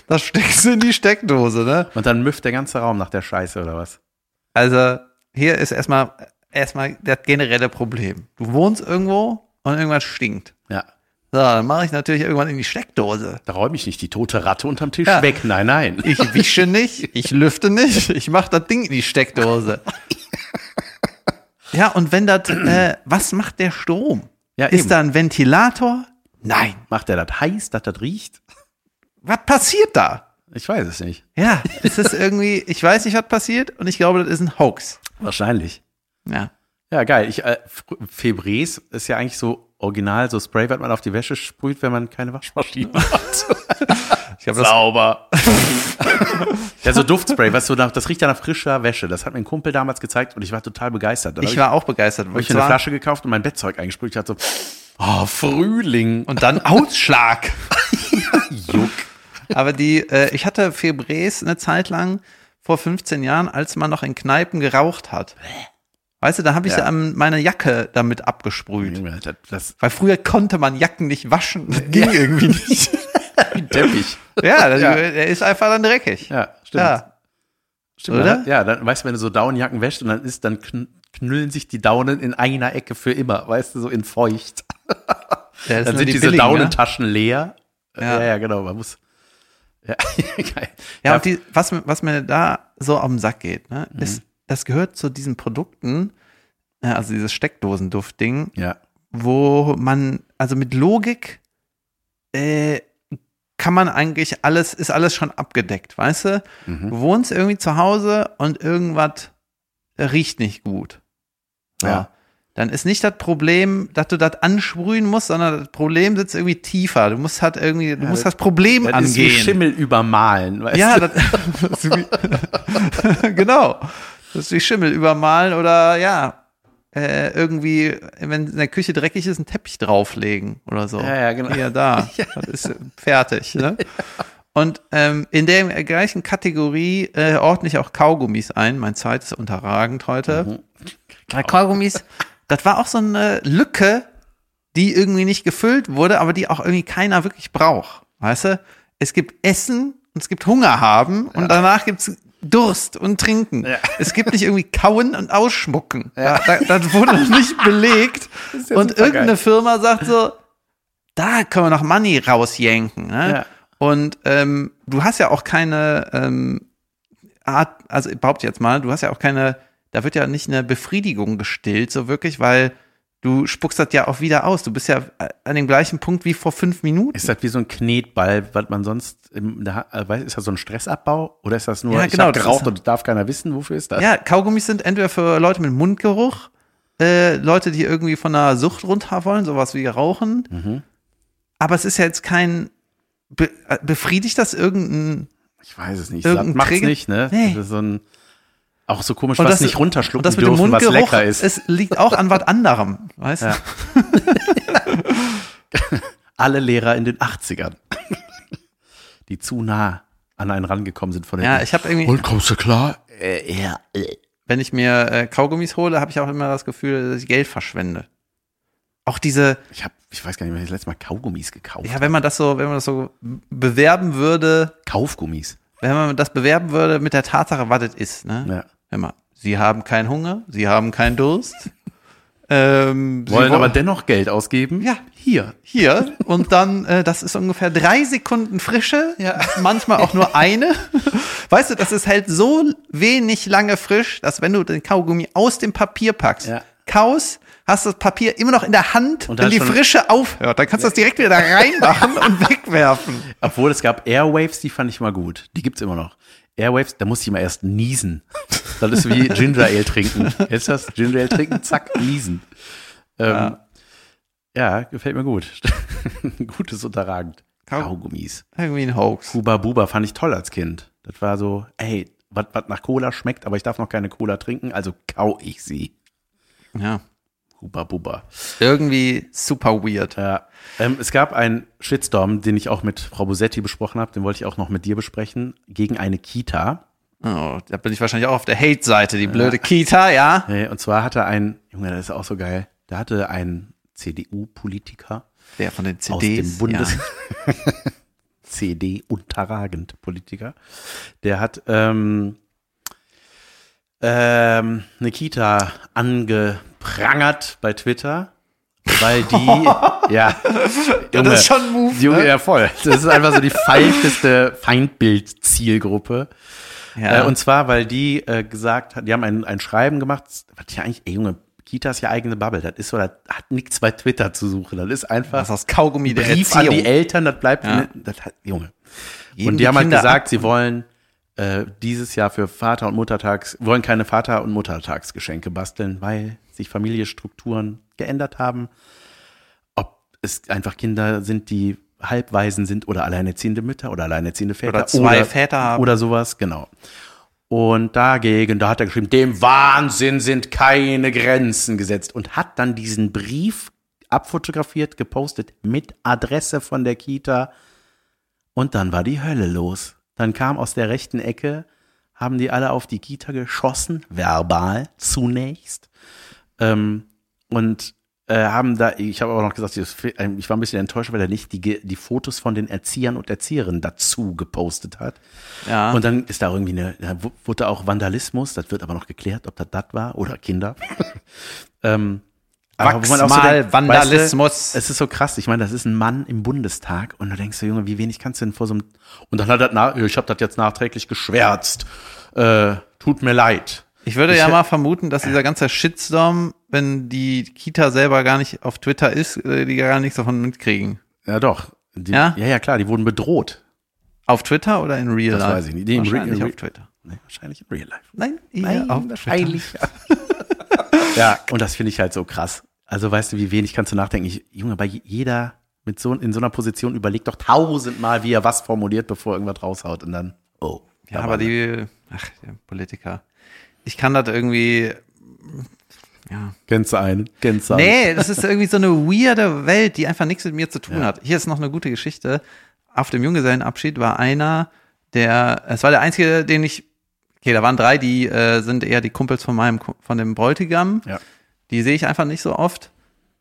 Das steckst du in die Steckdose, ne? Und dann müfft der ganze Raum nach der Scheiße oder was? Also, hier ist erstmal, erstmal das generelle Problem. Du wohnst irgendwo und irgendwas stinkt. Ja. So, dann mache ich natürlich irgendwann in die Steckdose. Da räume ich nicht die tote Ratte unterm Tisch Ja. weg. Nein, nein. Ich wische nicht, ich lüfte nicht, ich mache das Ding in die Steckdose. Ja, und wenn das, äh, was macht der Strom? Ja, ist eben. da ein Ventilator? Nein. Macht der das heiß, dass das riecht? Was passiert da? Ich weiß es nicht. Ja, es ist irgendwie, ich weiß nicht, was passiert und ich glaube, das ist ein Hoax. Wahrscheinlich. Ja. Ja, geil. Ich, äh, Fr- Febreze ist ja eigentlich so original, so Spray, was man auf die Wäsche sprüht, wenn man keine Waschmaschine hat. Ich glaube, das, Sauber. ja, so Duftspray, was so nach, das riecht ja nach frischer Wäsche. Das hat mir ein Kumpel damals gezeigt und ich war total begeistert. Dann hab ich war auch begeistert. hab Und, ich mir eine zwar, Flasche gekauft und mein Bettzeug eingesprüht. Ich hatte so, oh, Frühling. und dann Ausschlag. Juck. Aber die, äh, ich hatte Febres eine Zeit lang vor 15 Jahren, als man noch in Kneipen geraucht hat. Weißt du, da habe ich Ja. ähm, meine Jacke damit abgesprüht. Junge, das, das Weil früher konnte man Jacken nicht waschen. Das ging irgendwie nicht. wie Teppich. Ja, das, Ja. der ist einfach dann dreckig. Ja, stimmt. Ja. stimmt oder? oder? Ja, dann weißt du, wenn du so Daunenjacken wäschst und dann ist, dann kn knüllen sich die Daunen in einer Ecke für immer, weißt du, so in feucht. Ja, das Dann nur sind diese billigen, ne? Daunentaschen leer. Ja. ja, genau, man muss. Ja, geil. Ja, und die, was, mir- was mir da so auf den Sack geht, ne, Mhm. ist, das gehört zu diesen Produkten, ja, also dieses Steckdosenduftding, ja. wo man, also mit Logik, äh, kann man eigentlich alles, ist alles schon abgedeckt, weißt du? Mhm. Du wohnst irgendwie zu Hause und irgendwas riecht nicht gut. So. Ja. Dann ist nicht das Problem, dass du das ansprühen musst, sondern das Problem sitzt irgendwie tiefer. Du musst halt irgendwie, du musst das, Problem Das ist angehen. wie Schimmel übermalen, weißt Ja, du? das, das ist wie, genau. Das ist wie Schimmel übermalen oder ja, äh, irgendwie, wenn in der Küche dreckig ist, einen Teppich drauflegen oder so. Ja, ja, genau. Hier, da. Das ist äh, fertig. Ne? Und ähm, in der gleichen Kategorie äh, ordne ich auch Kaugummis ein. Mein Zeit ist unterragend heute. Mhm. Bei Kaugummis, das war auch so eine Lücke, die irgendwie nicht gefüllt wurde, aber die auch irgendwie keiner wirklich braucht. Weißt du? Es gibt Essen und es gibt Hunger haben und danach gibt's Durst und Trinken. Ja. Es gibt nicht irgendwie Kauen und Ausschmucken. Da, da, das wurde noch nicht belegt. ja und supergeil. irgendeine Firma sagt so, da können wir noch Money rausjenken. Ne? Ja. Und ähm, du hast ja auch keine ähm, Art, also ich behaupte jetzt mal, du hast ja auch keine, da wird ja nicht eine Befriedigung gestillt, so wirklich, weil du spuckst das ja auch wieder aus. Du bist ja äh, an dem gleichen Punkt wie vor fünf Minuten. Ist das wie so ein Knetball, was man sonst im, da, äh, weiß- ist das so ein Stressabbau oder ist das nur, Ja, ich genau, hab das geraucht ist- und darf keiner wissen, wofür ist das? ja, Kaugummis sind entweder für Leute mit Mundgeruch, äh, Leute, die irgendwie von einer Sucht runter wollen, sowas wie Rauchen. Aber es ist ja jetzt kein, be, äh, befriedigt das irgendein Ich weiß es nicht. Irgendein Satt macht's Träger- nicht, ne? Nee. Das ist so ein, auch so komisch, Und was das- nicht runterschlucken Und das mit dem dürfen, was Mundgeruch, lecker ist. es liegt auch an was anderem, weißt Ja. Alle Lehrer in den 80ern, die zu nah an einen rangekommen sind von du? den Ja, ich habe irgendwie, Und kommst du klar? Äh, ja, äh. wenn ich mir äh, Kaugummis hole, habe ich auch immer das Gefühl, dass ich Geld verschwende. Auch diese, Ich hab, ich weiß gar nicht, wann ich das letzte Mal Kaugummis gekauft ja, wenn man das so, wenn man das so bewerben würde, Kaufgummis. wenn man das bewerben würde mit der Tatsache, was das ist, ne? Ja. Immer, sie haben keinen Hunger, sie haben keinen Durst. ähm, sie Wollen wo- aber dennoch Geld ausgeben? Ja. Hier. hier und dann, äh, das ist ungefähr drei Sekunden Frische, ja. manchmal auch nur eine. Weißt du, das ist halt so wenig lange frisch, dass wenn du den Kaugummi aus dem Papier packst, Ja. kaust, hast das Papier immer noch in der Hand, Und wenn dann die schon- Frische aufhört, dann kannst du das direkt wieder da reinmachen und wegwerfen. Obwohl es gab Airwaves, die fand ich mal gut. Die gibt's immer noch. Airwaves, da musste ich mal erst niesen. Das ist wie Ginger Ale trinken. Jetzt das Ginger Ale trinken, zack, niesen. Ähm, ja. gefällt mir gut. Gutes unterragend. Kau- Kaugummis. Irgendwie ein Hoax. Huba Buba fand ich toll als Kind. Das war so, ey, was nach Cola schmeckt, aber ich darf noch keine Cola trinken, also kau ich sie. Ja. Huba Buba. Irgendwie super weird. Ja. Ähm, es gab einen Shitstorm, den ich auch mit Frau Bosetti besprochen habe, den wollte ich auch noch mit dir besprechen, gegen eine Kita. Oh, da bin ich wahrscheinlich auch auf der Hate-Seite, die blöde Kita, ja. Nee, Und zwar hatte ein, Junge, das ist auch so geil, da hatte ein CDU-Politiker Der von den CDs. aus dem Bundes... Ja. CD unterragend Politiker. Der hat ähm, ähm, eine Kita angeprangert bei Twitter, weil die, ja, Ja, Junge. das ist schon ein Move. Junge, ne? ja voll. Das ist einfach so die falscheste Feindbild-Zielgruppe. Ja. Äh, und zwar, weil die äh, gesagt hat, die haben ein, ein Schreiben gemacht, was ja eigentlich, ey Junge, Kita ist ja eigene Bubble, das ist so, das hat nichts bei Twitter zu suchen. Das ist einfach das ist aus Kaugummi der Brief an Erziehung. die Eltern, das bleibt, Ja. das hat, Junge. Geben und die die haben halt Kinder gesagt, ab. sie wollen äh, dieses Jahr für Vater- und Muttertags, wollen keine Vater- und Muttertagsgeschenke basteln, weil sich Familienstrukturen geändert haben. Ob es einfach Kinder sind, die halbwaisen sind oder alleinerziehende Mütter oder alleinerziehende Väter. Oder zwei Väter haben. Oder sowas, genau. Und dagegen, da hat er geschrieben, dem Wahnsinn sind keine Grenzen gesetzt und hat dann diesen Brief abfotografiert, gepostet mit Adresse von der Kita. Und dann war die Hölle los. Dann kam aus der rechten Ecke, haben die alle auf die Kita geschossen, verbal zunächst. Ähm, und äh, haben da, ich habe aber noch gesagt, dieses Fi- ähm, ich war ein bisschen enttäuscht, weil er nicht die, Ge- die Fotos von den Erziehern und Erzieherinnen dazu gepostet hat. ja. Und dann ist da irgendwie eine, da wu- wurde auch Vandalismus, das wird aber noch geklärt, ob das das war oder Kinder. ähm, aber wo man auch so Wachsmal denkt, Vandalismus. Weißt du, es ist so krass. Ich meine, das ist ein Mann im Bundestag und du denkst so, Junge, wie wenig kannst du denn vor so einem. Und dann hat er, na, ich habe das jetzt nachträglich geschwärzt. Äh, tut mir leid. Ich würde Ich ja hä- mal vermuten, dass dieser ganze Shitstorm, wenn die Kita selber gar nicht auf Twitter ist, äh, die gar nichts davon mitkriegen. Ja, doch. Die, Ja? ja, ja, klar, die wurden bedroht. Auf Twitter oder in Real Das Life? weiß ich nicht. Die im Re- Wahrscheinlich in Re- auf Twitter. Nee, wahrscheinlich in real life. Nein, eher auf Twitter. wahrscheinlich. ja, und das finde ich halt so krass. Also weißt du, wie wenig kannst du nachdenken? Ich, Junge, bei je- jeder mit so, in so einer Position überlegt doch tausendmal, wie er was formuliert, bevor er irgendwas raushaut und dann, oh. Ja, aber die, ach, die Politiker. Ich kann das irgendwie, ja. Kennst du einen? Kennst du einen? Nee, das ist irgendwie so eine weirde Welt, die einfach nichts mit mir zu tun hat. Hier ist noch eine gute Geschichte. Auf dem Junggesellenabschied war einer, der, es war der einzige, den ich, okay, da waren drei, die äh, sind eher die Kumpels von meinem, Ku- von dem Bräutigam. Ja. Die sehe ich einfach nicht so oft.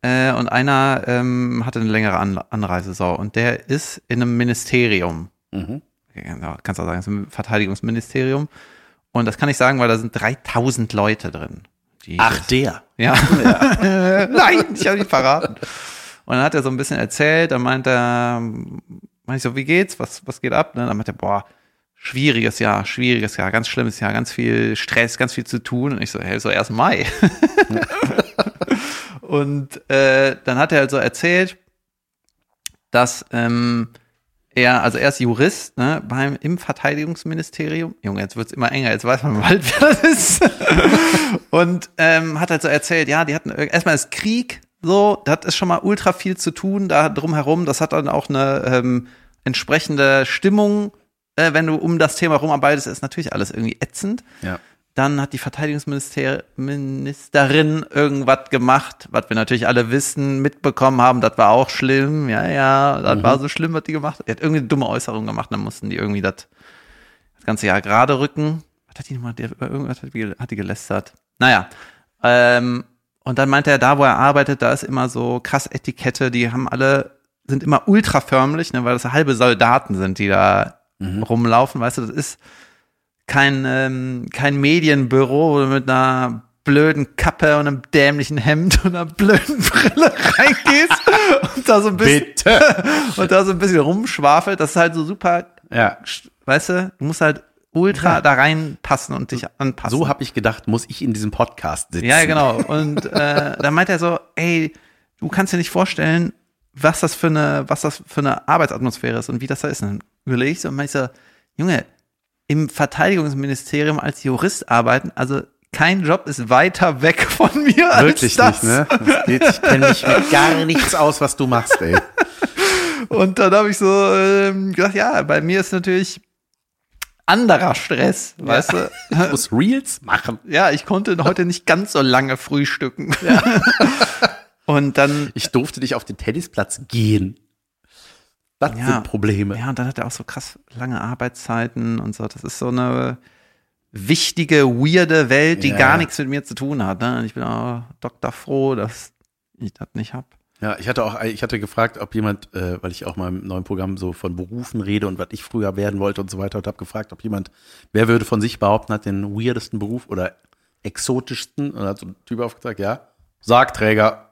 Äh, und einer ähm, hatte eine längere An Anreise, so. Und der ist in einem Ministerium Mhm. ja, kannst auch sagen, es ist ein Verteidigungsministerium. Und das kann ich sagen, weil da sind 3000 Leute drin. Die Ach, der. ja. Nein, ich habe ihn verraten. Und dann hat er so ein bisschen erzählt, dann meint er, ähm, meinte ich so, wie geht's? Was, was geht ab? Ne? Dann meint er, boah, schwieriges Jahr, schwieriges Jahr, ganz schlimmes Jahr, ganz viel Stress, ganz viel zu tun. Und ich so, hey, so erst Mai. Und äh, dann hat er halt so erzählt, dass ähm, er, also er ist Jurist, ne, beim, im Verteidigungsministerium. Junge, jetzt wird's immer enger, jetzt weiß man bald, wer das ist. Und ähm, hat halt so erzählt, ja, die hatten irg- erstmal ist Krieg, so, das ist schon mal ultra viel zu tun da drumherum. Das hat dann auch eine ähm, entsprechende Stimmung, äh, wenn du um das Thema rumarbeitest, ist natürlich alles irgendwie ätzend. Ja. Dann hat die Verteidigungsministerin irgendwas gemacht, was wir natürlich alle wissen, mitbekommen haben, das war auch schlimm, ja, ja, das war so schlimm, was die gemacht hat. Die hat irgendwie eine dumme Äußerung gemacht, dann mussten die irgendwie das das ganze Jahr gerade rücken. Was hat die nochmal, der, über irgendwas hat die, gel- hat die gelästert. Naja, ähm, und dann meinte er, da wo er arbeitet, da ist immer so krass Etikette, die haben alle, sind immer ultraförmlich, ne, weil das halbe Soldaten sind, die da rumlaufen, weißt du, das ist kein, ähm, kein Medienbüro, wo du mit einer blöden Kappe und einem dämlichen Hemd und einer blöden Brille reingehst und da so ein bisschen, Bitte. und da so ein bisschen rumschwafelt, das ist halt so super ja. weißt du, du musst halt ultra da reinpassen und dich anpassen. So habe ich gedacht, muss ich in diesem Podcast sitzen. ja, genau. Und äh, dann meint er so, ey, du kannst dir nicht vorstellen, was das für eine, was das für eine Arbeitsatmosphäre ist und wie das da ist. Und dann überlege ich so und meinte ich so, Junge, im Verteidigungsministerium als Jurist arbeiten, also kein Job ist weiter weg von mir als Wirklich das. nicht, ne? Das geht, ich kenne mich mit gar nichts aus, was du machst, ey. Und dann habe ich so ähm, gedacht, ja, bei mir ist natürlich anderer Stress, weißt du. Ich muss Reels machen. Ja, ich konnte heute nicht ganz so lange frühstücken. und dann, Ich durfte nicht auf den Tennisplatz gehen. Das Ja. sind Probleme. ja, und dann hat er auch so krass lange Arbeitszeiten und so. Das ist so eine, wichtige, weirde Welt, die Ja. gar nichts mit mir zu tun hat. Ne? Und ich bin auch Doktor froh, dass ich das nicht hab. Ja, ich hatte auch, ich hatte gefragt, ob jemand, äh, weil ich auch mal im neuen Programm so von Berufen rede und was ich früher werden wollte und so weiter und habe gefragt, ob jemand, wer würde von sich behaupten, hat den weirdesten Beruf oder exotischsten und hat so ein Typ aufgesagt, ja, Sargträger.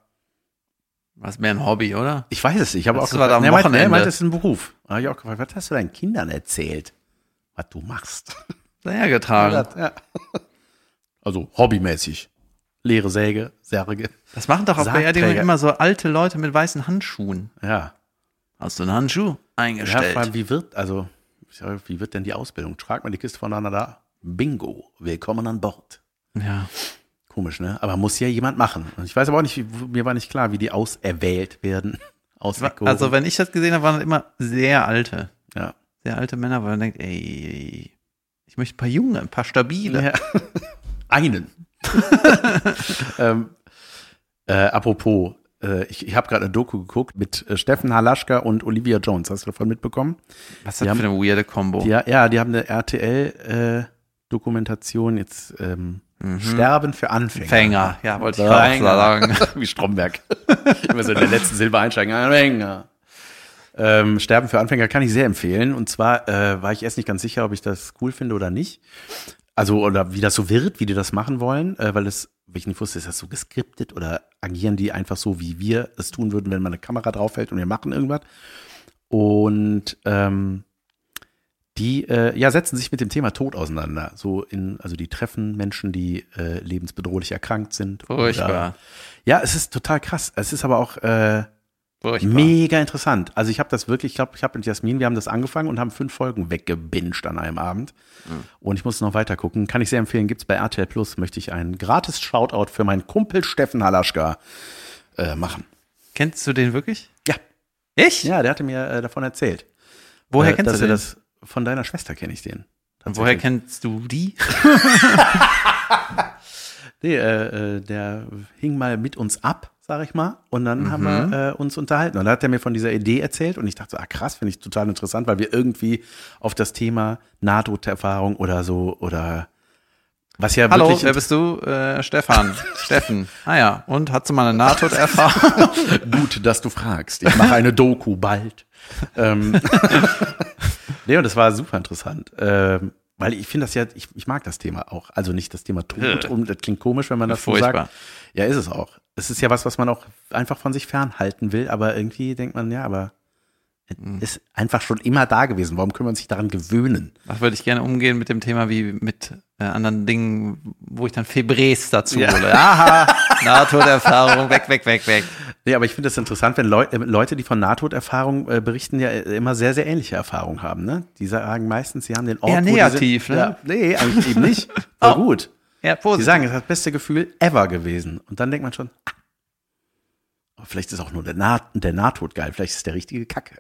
Was mehr ein Hobby, oder? Ich weiß es nicht, ich habe auch Das war gefragt, da am er meinte, er Wochenende. meinte, das ist ein Beruf. Da habe ich auch gefragt, was hast du deinen Kindern erzählt, was du machst? Sehr getragen. Ja. Also hobbymäßig. Leere Säge, Särge. Das machen doch auf Sargträger. Beerdigungen immer so alte Leute mit weißen Handschuhen. Ja. Hast du einen Handschuh Ja, eingestellt? vor allem, wie wird, also, ich sage, wie wird denn die Ausbildung? Trag mal die Kiste voneinander da. Bingo, willkommen an Bord. ja. Komisch, ne? Aber muss ja jemand machen. Und ich weiß aber auch nicht, wie, mir war nicht klar, wie die auserwählt werden. Auserkoren. Also, wenn ich das gesehen habe, waren das immer sehr alte. ja. Sehr alte Männer, weil man denkt, ey, ich möchte ein paar junge, ein paar stabile. ja. Einen. ähm, äh, apropos, äh, ich, ich habe gerade eine Doku geguckt mit äh, Steffen Halaschka und Olivia Jones. Hast du davon mitbekommen? Was ist Die das haben- für eine weirde Kombo? Ja, ja, die haben eine RTL-Dokumentation äh, jetzt ähm, Mhm. Sterben für Anfänger. Fänger, ja, wollte ich Fänger. gerade sagen. Wie Stromberg. Immer so in der letzten Silbe einsteigen. Anfänger. Ähm, Sterben für Anfänger kann ich sehr empfehlen. Und zwar äh, war ich erst nicht ganz sicher, ob ich das cool finde oder nicht. Also, oder wie das so wird, wie die das machen wollen, äh, weil das, weil ich nicht wusste, ist das so geskriptet oder agieren die einfach so, wie wir es tun würden, wenn man eine Kamera draufhält und wir machen irgendwas. Und ähm, die äh, ja, setzen sich mit dem Thema Tod auseinander. So in, also die treffen Menschen, die äh, lebensbedrohlich erkrankt sind. Oder, Furchtbar. ja, es ist total krass. Es ist aber auch äh, Furchtbar. mega interessant. Also ich habe das wirklich, ich glaube, ich habe mit Jasmin, wir haben das angefangen und haben fünf Folgen weggebinged an einem Abend. Mhm. Und ich muss noch weiter gucken. Kann ich sehr empfehlen. Gibt's bei RTL Plus, möchte ich einen gratis Shoutout für meinen Kumpel Steffen Halaschka äh, machen. Kennst du den wirklich? Ja. Ich? Ja, der hatte mir äh, davon erzählt. Woher äh, kennst dass du er den? das? Von deiner Schwester kenne ich den. Und woher kennst du die? Nee, äh, äh, der hing mal mit uns ab, sag ich mal. Und dann haben Mhm. wir äh, uns unterhalten. Und da hat er mir von dieser Idee erzählt. Und ich dachte so, ah krass, finde ich total interessant, weil wir irgendwie auf das Thema Nahtoderfahrung oder so oder was ja Hallo, wirklich wer bist du? Äh, Stefan. Steffen. Ah ja, und hast du mal eine Nahtoderfahrung? gut, dass du fragst. Ich mache eine Doku bald. ähm, nee, und das war super interessant. Ähm, weil ich finde das ja, ich, ich mag das Thema auch. Also nicht das Thema Tod, Äh. um, das klingt komisch, wenn man das so sagt. Furchtbar. Ja, ist es auch. Es ist ja was, was man auch einfach von sich fernhalten will, aber irgendwie denkt man, ja, aber es Hm. ist einfach schon immer da gewesen. Warum können wir uns nicht daran gewöhnen? Da würde ich gerne umgehen mit dem Thema wie mit äh, anderen Dingen, wo ich dann Febres dazu Ja. hole. Aha, Nahtoderfahrung, weg, weg, weg, weg. Nee, aber ich finde das interessant, wenn Leu äh, Leute, die von Nahtoderfahrung äh, berichten, ja äh, immer sehr, sehr ähnliche Erfahrungen haben. Ne? Die sagen meistens, sie haben den Ort, Eher wo die negativ, sind- ne? Oh. Ja, nee, eigentlich eben nicht. Aber gut. Ja, Die positiv. sagen, es ist das beste Gefühl ever gewesen. Und dann denkt man schon, ah, oh, vielleicht ist auch nur der, nah der Nahtod geil, vielleicht ist es der richtige Kacke.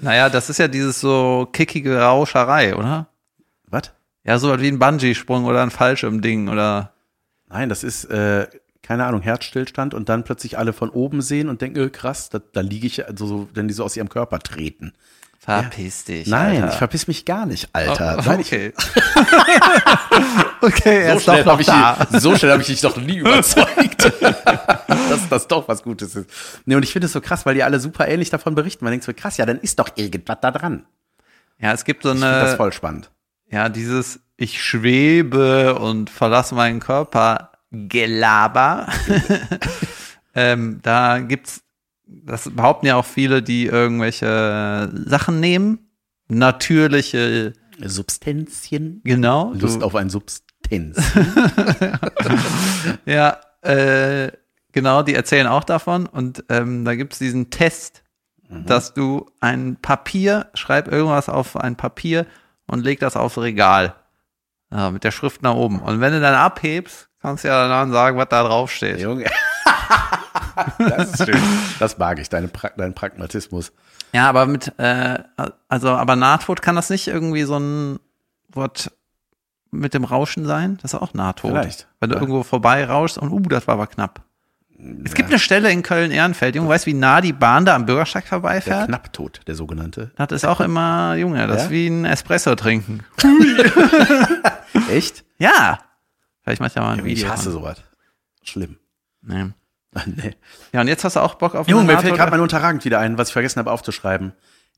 naja, das ist ja dieses so kickige Rauscherei, oder? Was? Ja, so was wie ein Bungee-Sprung oder ein Fallschirmding oder Nein, das ist, äh, keine Ahnung, Herzstillstand und dann plötzlich alle von oben sehen und denken, öh, krass, da, da liege ich, also so, wenn die so aus ihrem Körper treten. verpiss dich. Nein, ich Alter. verpiss mich gar nicht, Alter. Oh, Nein, ich, okay. okay, er so ist doch schnell noch habe ich, da. dich- so schnell hab ich dich doch nie überzeugt, dass das doch was Gutes ist. Nee, und ich finde es so krass, weil die alle super ähnlich davon berichten. Man denkt so, krass, ja, dann ist doch irgendwas da dran. Ja, es gibt so Ich finde das eine, voll spannend. ja, dieses ich schwebe und verlasse meinen Körper Gelaber. ähm, da gibt's, das behaupten ja auch viele, die irgendwelche Sachen nehmen. Natürliche, Substenzchen. genau. du- Lust auf ein Substanz. Ja, äh, genau, die erzählen auch davon. Und ähm, da gibt's diesen Test, dass du ein Papier, schreib irgendwas auf ein Papier und leg das aufs Regal. Ja, mit der Schrift nach oben. Und wenn du dann abhebst, kannst du ja dann sagen, was da drauf steht. Junge. das ist schön. Das mag ich, deine pra deinen Pragmatismus. Ja, aber mit, äh, also, aber Nahtod kann das nicht irgendwie so ein Wort mit dem Rauschen sein? Das ist auch Nahtod. Vielleicht. Wenn du Ja. Hm, irgendwo vorbei rauschst und, uh, das war aber knapp. Es gibt eine Stelle in Köln-Ehrenfeld, Junge, weißt du, wie nah die Bahn da am Bürgersteig Der vorbeifährt? Knapptod, der sogenannte. Das ist auch immer, Junge, das Ja? ist wie ein Espresso trinken. Echt? Ja. Vielleicht mach ich ja mal ein Ich Video. hasse von. sowas. Schlimm. Nee. nee. Ja, und jetzt hast du auch Bock auf Junge, mir fällt Senator- gerade mein Unterragend wieder ein, was ich vergessen habe aufzuschreiben.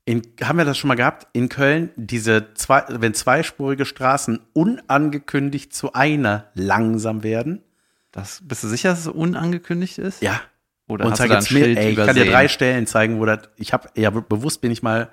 In, haben wir das schon mal gehabt? In Köln, diese zwei, wenn zweispurige Straßen unangekündigt zu einer langsam werden. das, Bist du sicher, dass es unangekündigt ist? Ja. Oder Und hast da du da ein gibt's mehr, Schild ey, ich kann übersehen? dir drei Stellen zeigen, wo das, ich habe, ja, be- bewusst bin ich mal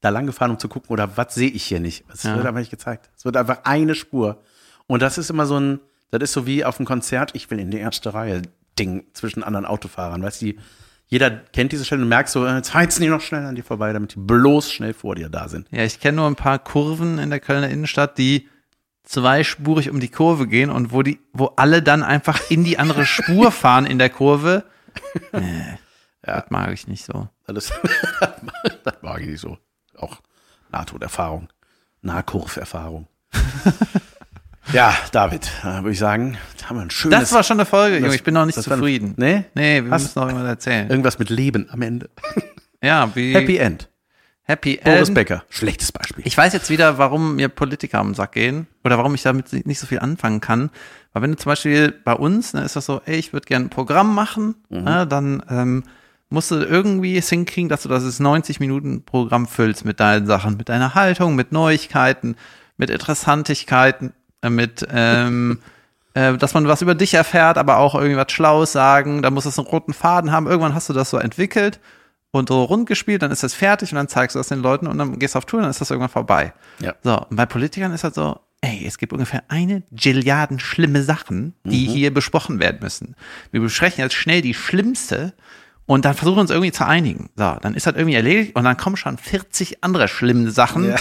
da lang gefahren, um zu gucken, oder was sehe ich hier nicht? Es Ja. wird einfach nicht gezeigt. Es wird einfach eine Spur. Und das ist immer so ein, das ist so wie auf einem Konzert, ich will in die erste Reihe Ding zwischen anderen Autofahrern, weißt du, die- jeder kennt diese Stelle und merkt so, äh, jetzt heizen die noch schnell an dir vorbei, damit die bloß schnell vor dir da sind. Ja, ich kenne nur ein paar Kurven in der Kölner Innenstadt, die zweispurig um die Kurve gehen und wo die, wo alle dann einfach in die andere Spur fahren in der Kurve. Nee, Ja. das mag ich nicht so. Das, das mag ich nicht so. Auch Nahtoderfahrung, Nahkurverfahrung. ja, David, äh, würde ich sagen, da haben wir ein schönes. Das war schon eine Folge, Junge. Ich bin noch nicht das war- zufrieden. Nee? Nee, wir Hast- müssen noch irgendwas erzählen. Irgendwas mit Leben am Ende. Ja, wie Happy End. Happy Boris End. Becker. Schlechtes Beispiel. Ich weiß jetzt wieder, warum mir Politiker am Sack gehen oder warum ich damit nicht so viel anfangen kann. Weil wenn du zum Beispiel bei uns, ne, ist das so, ey, ich würde gerne ein Programm machen, ne, dann ähm, musst du irgendwie es hinkriegen, dass du das 90 Minuten Programm füllst mit deinen Sachen, mit deiner Haltung, mit Neuigkeiten, mit Interessantigkeiten, äh, mit ähm, äh, dass man was über dich erfährt, aber auch irgendwas Schlaues sagen. Da muss es einen roten Faden haben. Irgendwann hast du das so entwickelt und so rund gespielt, dann ist das fertig und dann zeigst du das den Leuten und dann gehst du auf Tour und dann ist das irgendwann vorbei. Ja. So, und bei Politikern ist das so, ey, es gibt ungefähr eine Gilliarden schlimme Sachen, die hier besprochen werden müssen. Wir besprechen jetzt schnell die schlimmste und dann versuchen wir uns irgendwie zu einigen. So, dann ist das irgendwie erledigt und dann kommen schon 40 andere schlimme Sachen, Ja.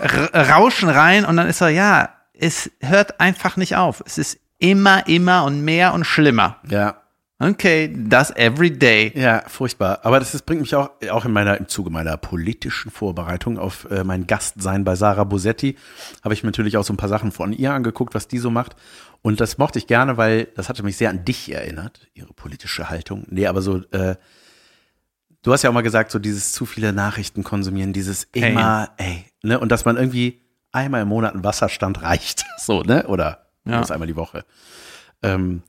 r- rauschen rein und dann ist so, ja, es hört einfach nicht auf. Es ist immer, immer und mehr und schlimmer. Ja, Okay, das every day. ja, furchtbar. Aber das, ist- bringt mich auch, auch in meiner, im Zuge meiner politischen Vorbereitung auf äh, mein Gastsein bei Sarah Bosetti, habe ich mir natürlich auch so ein paar Sachen von ihr angeguckt, was die so macht. Und das mochte ich gerne, weil das hatte mich sehr an dich erinnert, ihre politische Haltung. Nee, aber so, äh, du hast ja auch mal gesagt, so dieses zu viele Nachrichten konsumieren, dieses Hey. immer, ey, ne? Und dass man irgendwie einmal im Monat einen Wasserstand reicht. So, ne? Oder Ja. bloß einmal die Woche. Ähm,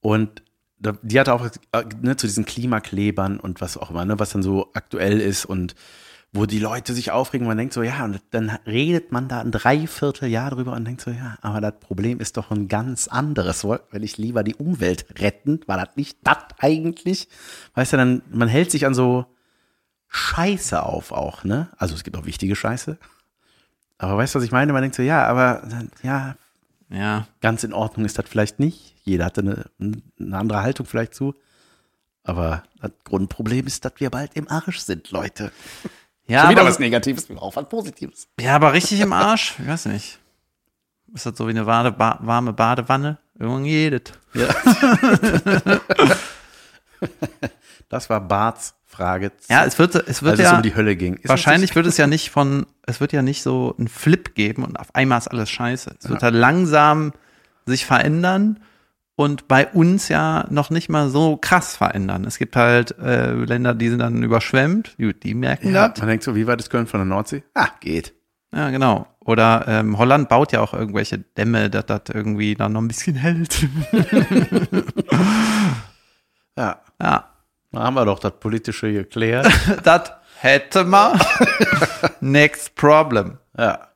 und da, die hatte auch äh, ne, zu diesen Klimaklebern und was auch immer, ne, was dann so aktuell ist und wo die Leute sich aufregen, man denkt so, ja, und dann redet man da ein Dreivierteljahr drüber und denkt so, ja, aber das Problem ist doch ein ganz anderes. Woll- Will ich lieber die Umwelt retten? War das nicht das eigentlich? Weißt du, dann, man hält sich an so Scheiße auf auch, ne? Also es gibt auch wichtige Scheiße. Aber weißt du, was ich meine? Man denkt so, ja, aber dann- ja, Ja, ganz in Ordnung ist das vielleicht nicht. Jeder hatte eine, eine andere Haltung vielleicht zu. Aber das Grundproblem ist, dass wir bald im Arsch sind, Leute. ja Schon wieder aber- was Negatives, auch was Positives. Ja, aber richtig im Arsch? Ich weiß nicht. Ist das so wie eine Wade, ba warme Badewanne? Irgendwie jedes. Das war Barts Frage, Ja, es wird, es wird als es ja, um die Hölle ging. Ist das wahrscheinlich wird es ja nicht von, es wird ja nicht so einen Flip geben und auf einmal ist alles scheiße. Es wird halt langsam sich verändern und bei uns ja noch nicht mal so krass verändern. Es gibt halt äh, Länder, die sind dann überschwemmt. Gut, die merken nicht- ja, das. man denkt so, wie weit ist Köln von der Nordsee? Ah, geht. Ja, genau. Oder ähm, Holland baut ja auch irgendwelche Dämme, dass das irgendwie dann noch ein bisschen hält. Ja, ja. da haben wir doch das politische geklärt. Das hätte man. Next problem. ja.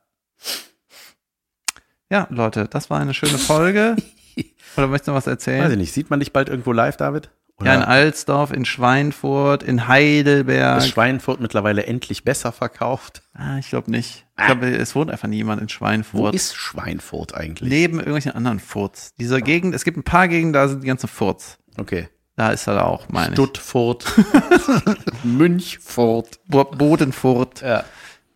Ja, Leute, das war eine schöne Folge. Oder möchtest du noch was Weiß ich erzählen? nicht, sieht man dich bald irgendwo live, David? Ja, in Alsdorf, in Schweinfurt, in Heidelberg. ist Schweinfurt mittlerweile endlich besser verkauft? ah, ich glaube nicht. Ich glaube, es wohnt einfach niemand in Wo Schweinfurt. ist Schweinfurt eigentlich? Neben irgendwelchen anderen Furz. Diese Gegend, es gibt ein paar Gegenden, da sind die ganzen Furz. Okay. Da ist er auch, meine ich. Stuttfurt, Münchfurt. Bo Bodenfurt. Ja.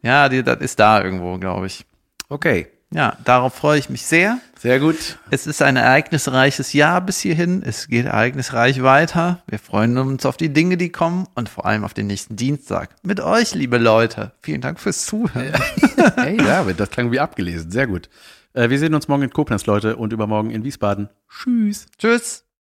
Ja, die, das ist da irgendwo, glaube ich. Okay, Ja, darauf freue ich mich sehr. sehr gut. Es ist ein ereignisreiches Jahr bis hierhin. Es geht ereignisreich weiter. Wir freuen uns auf die Dinge, die kommen und vor allem auf den nächsten Dienstag. Mit euch, liebe Leute. Vielen Dank fürs Zuhören. Hey David, das klang wie abgelesen, sehr gut. Äh, Wir sehen uns morgen in Koblenz, Leute, und übermorgen in Wiesbaden. Tschüss. Tschüss.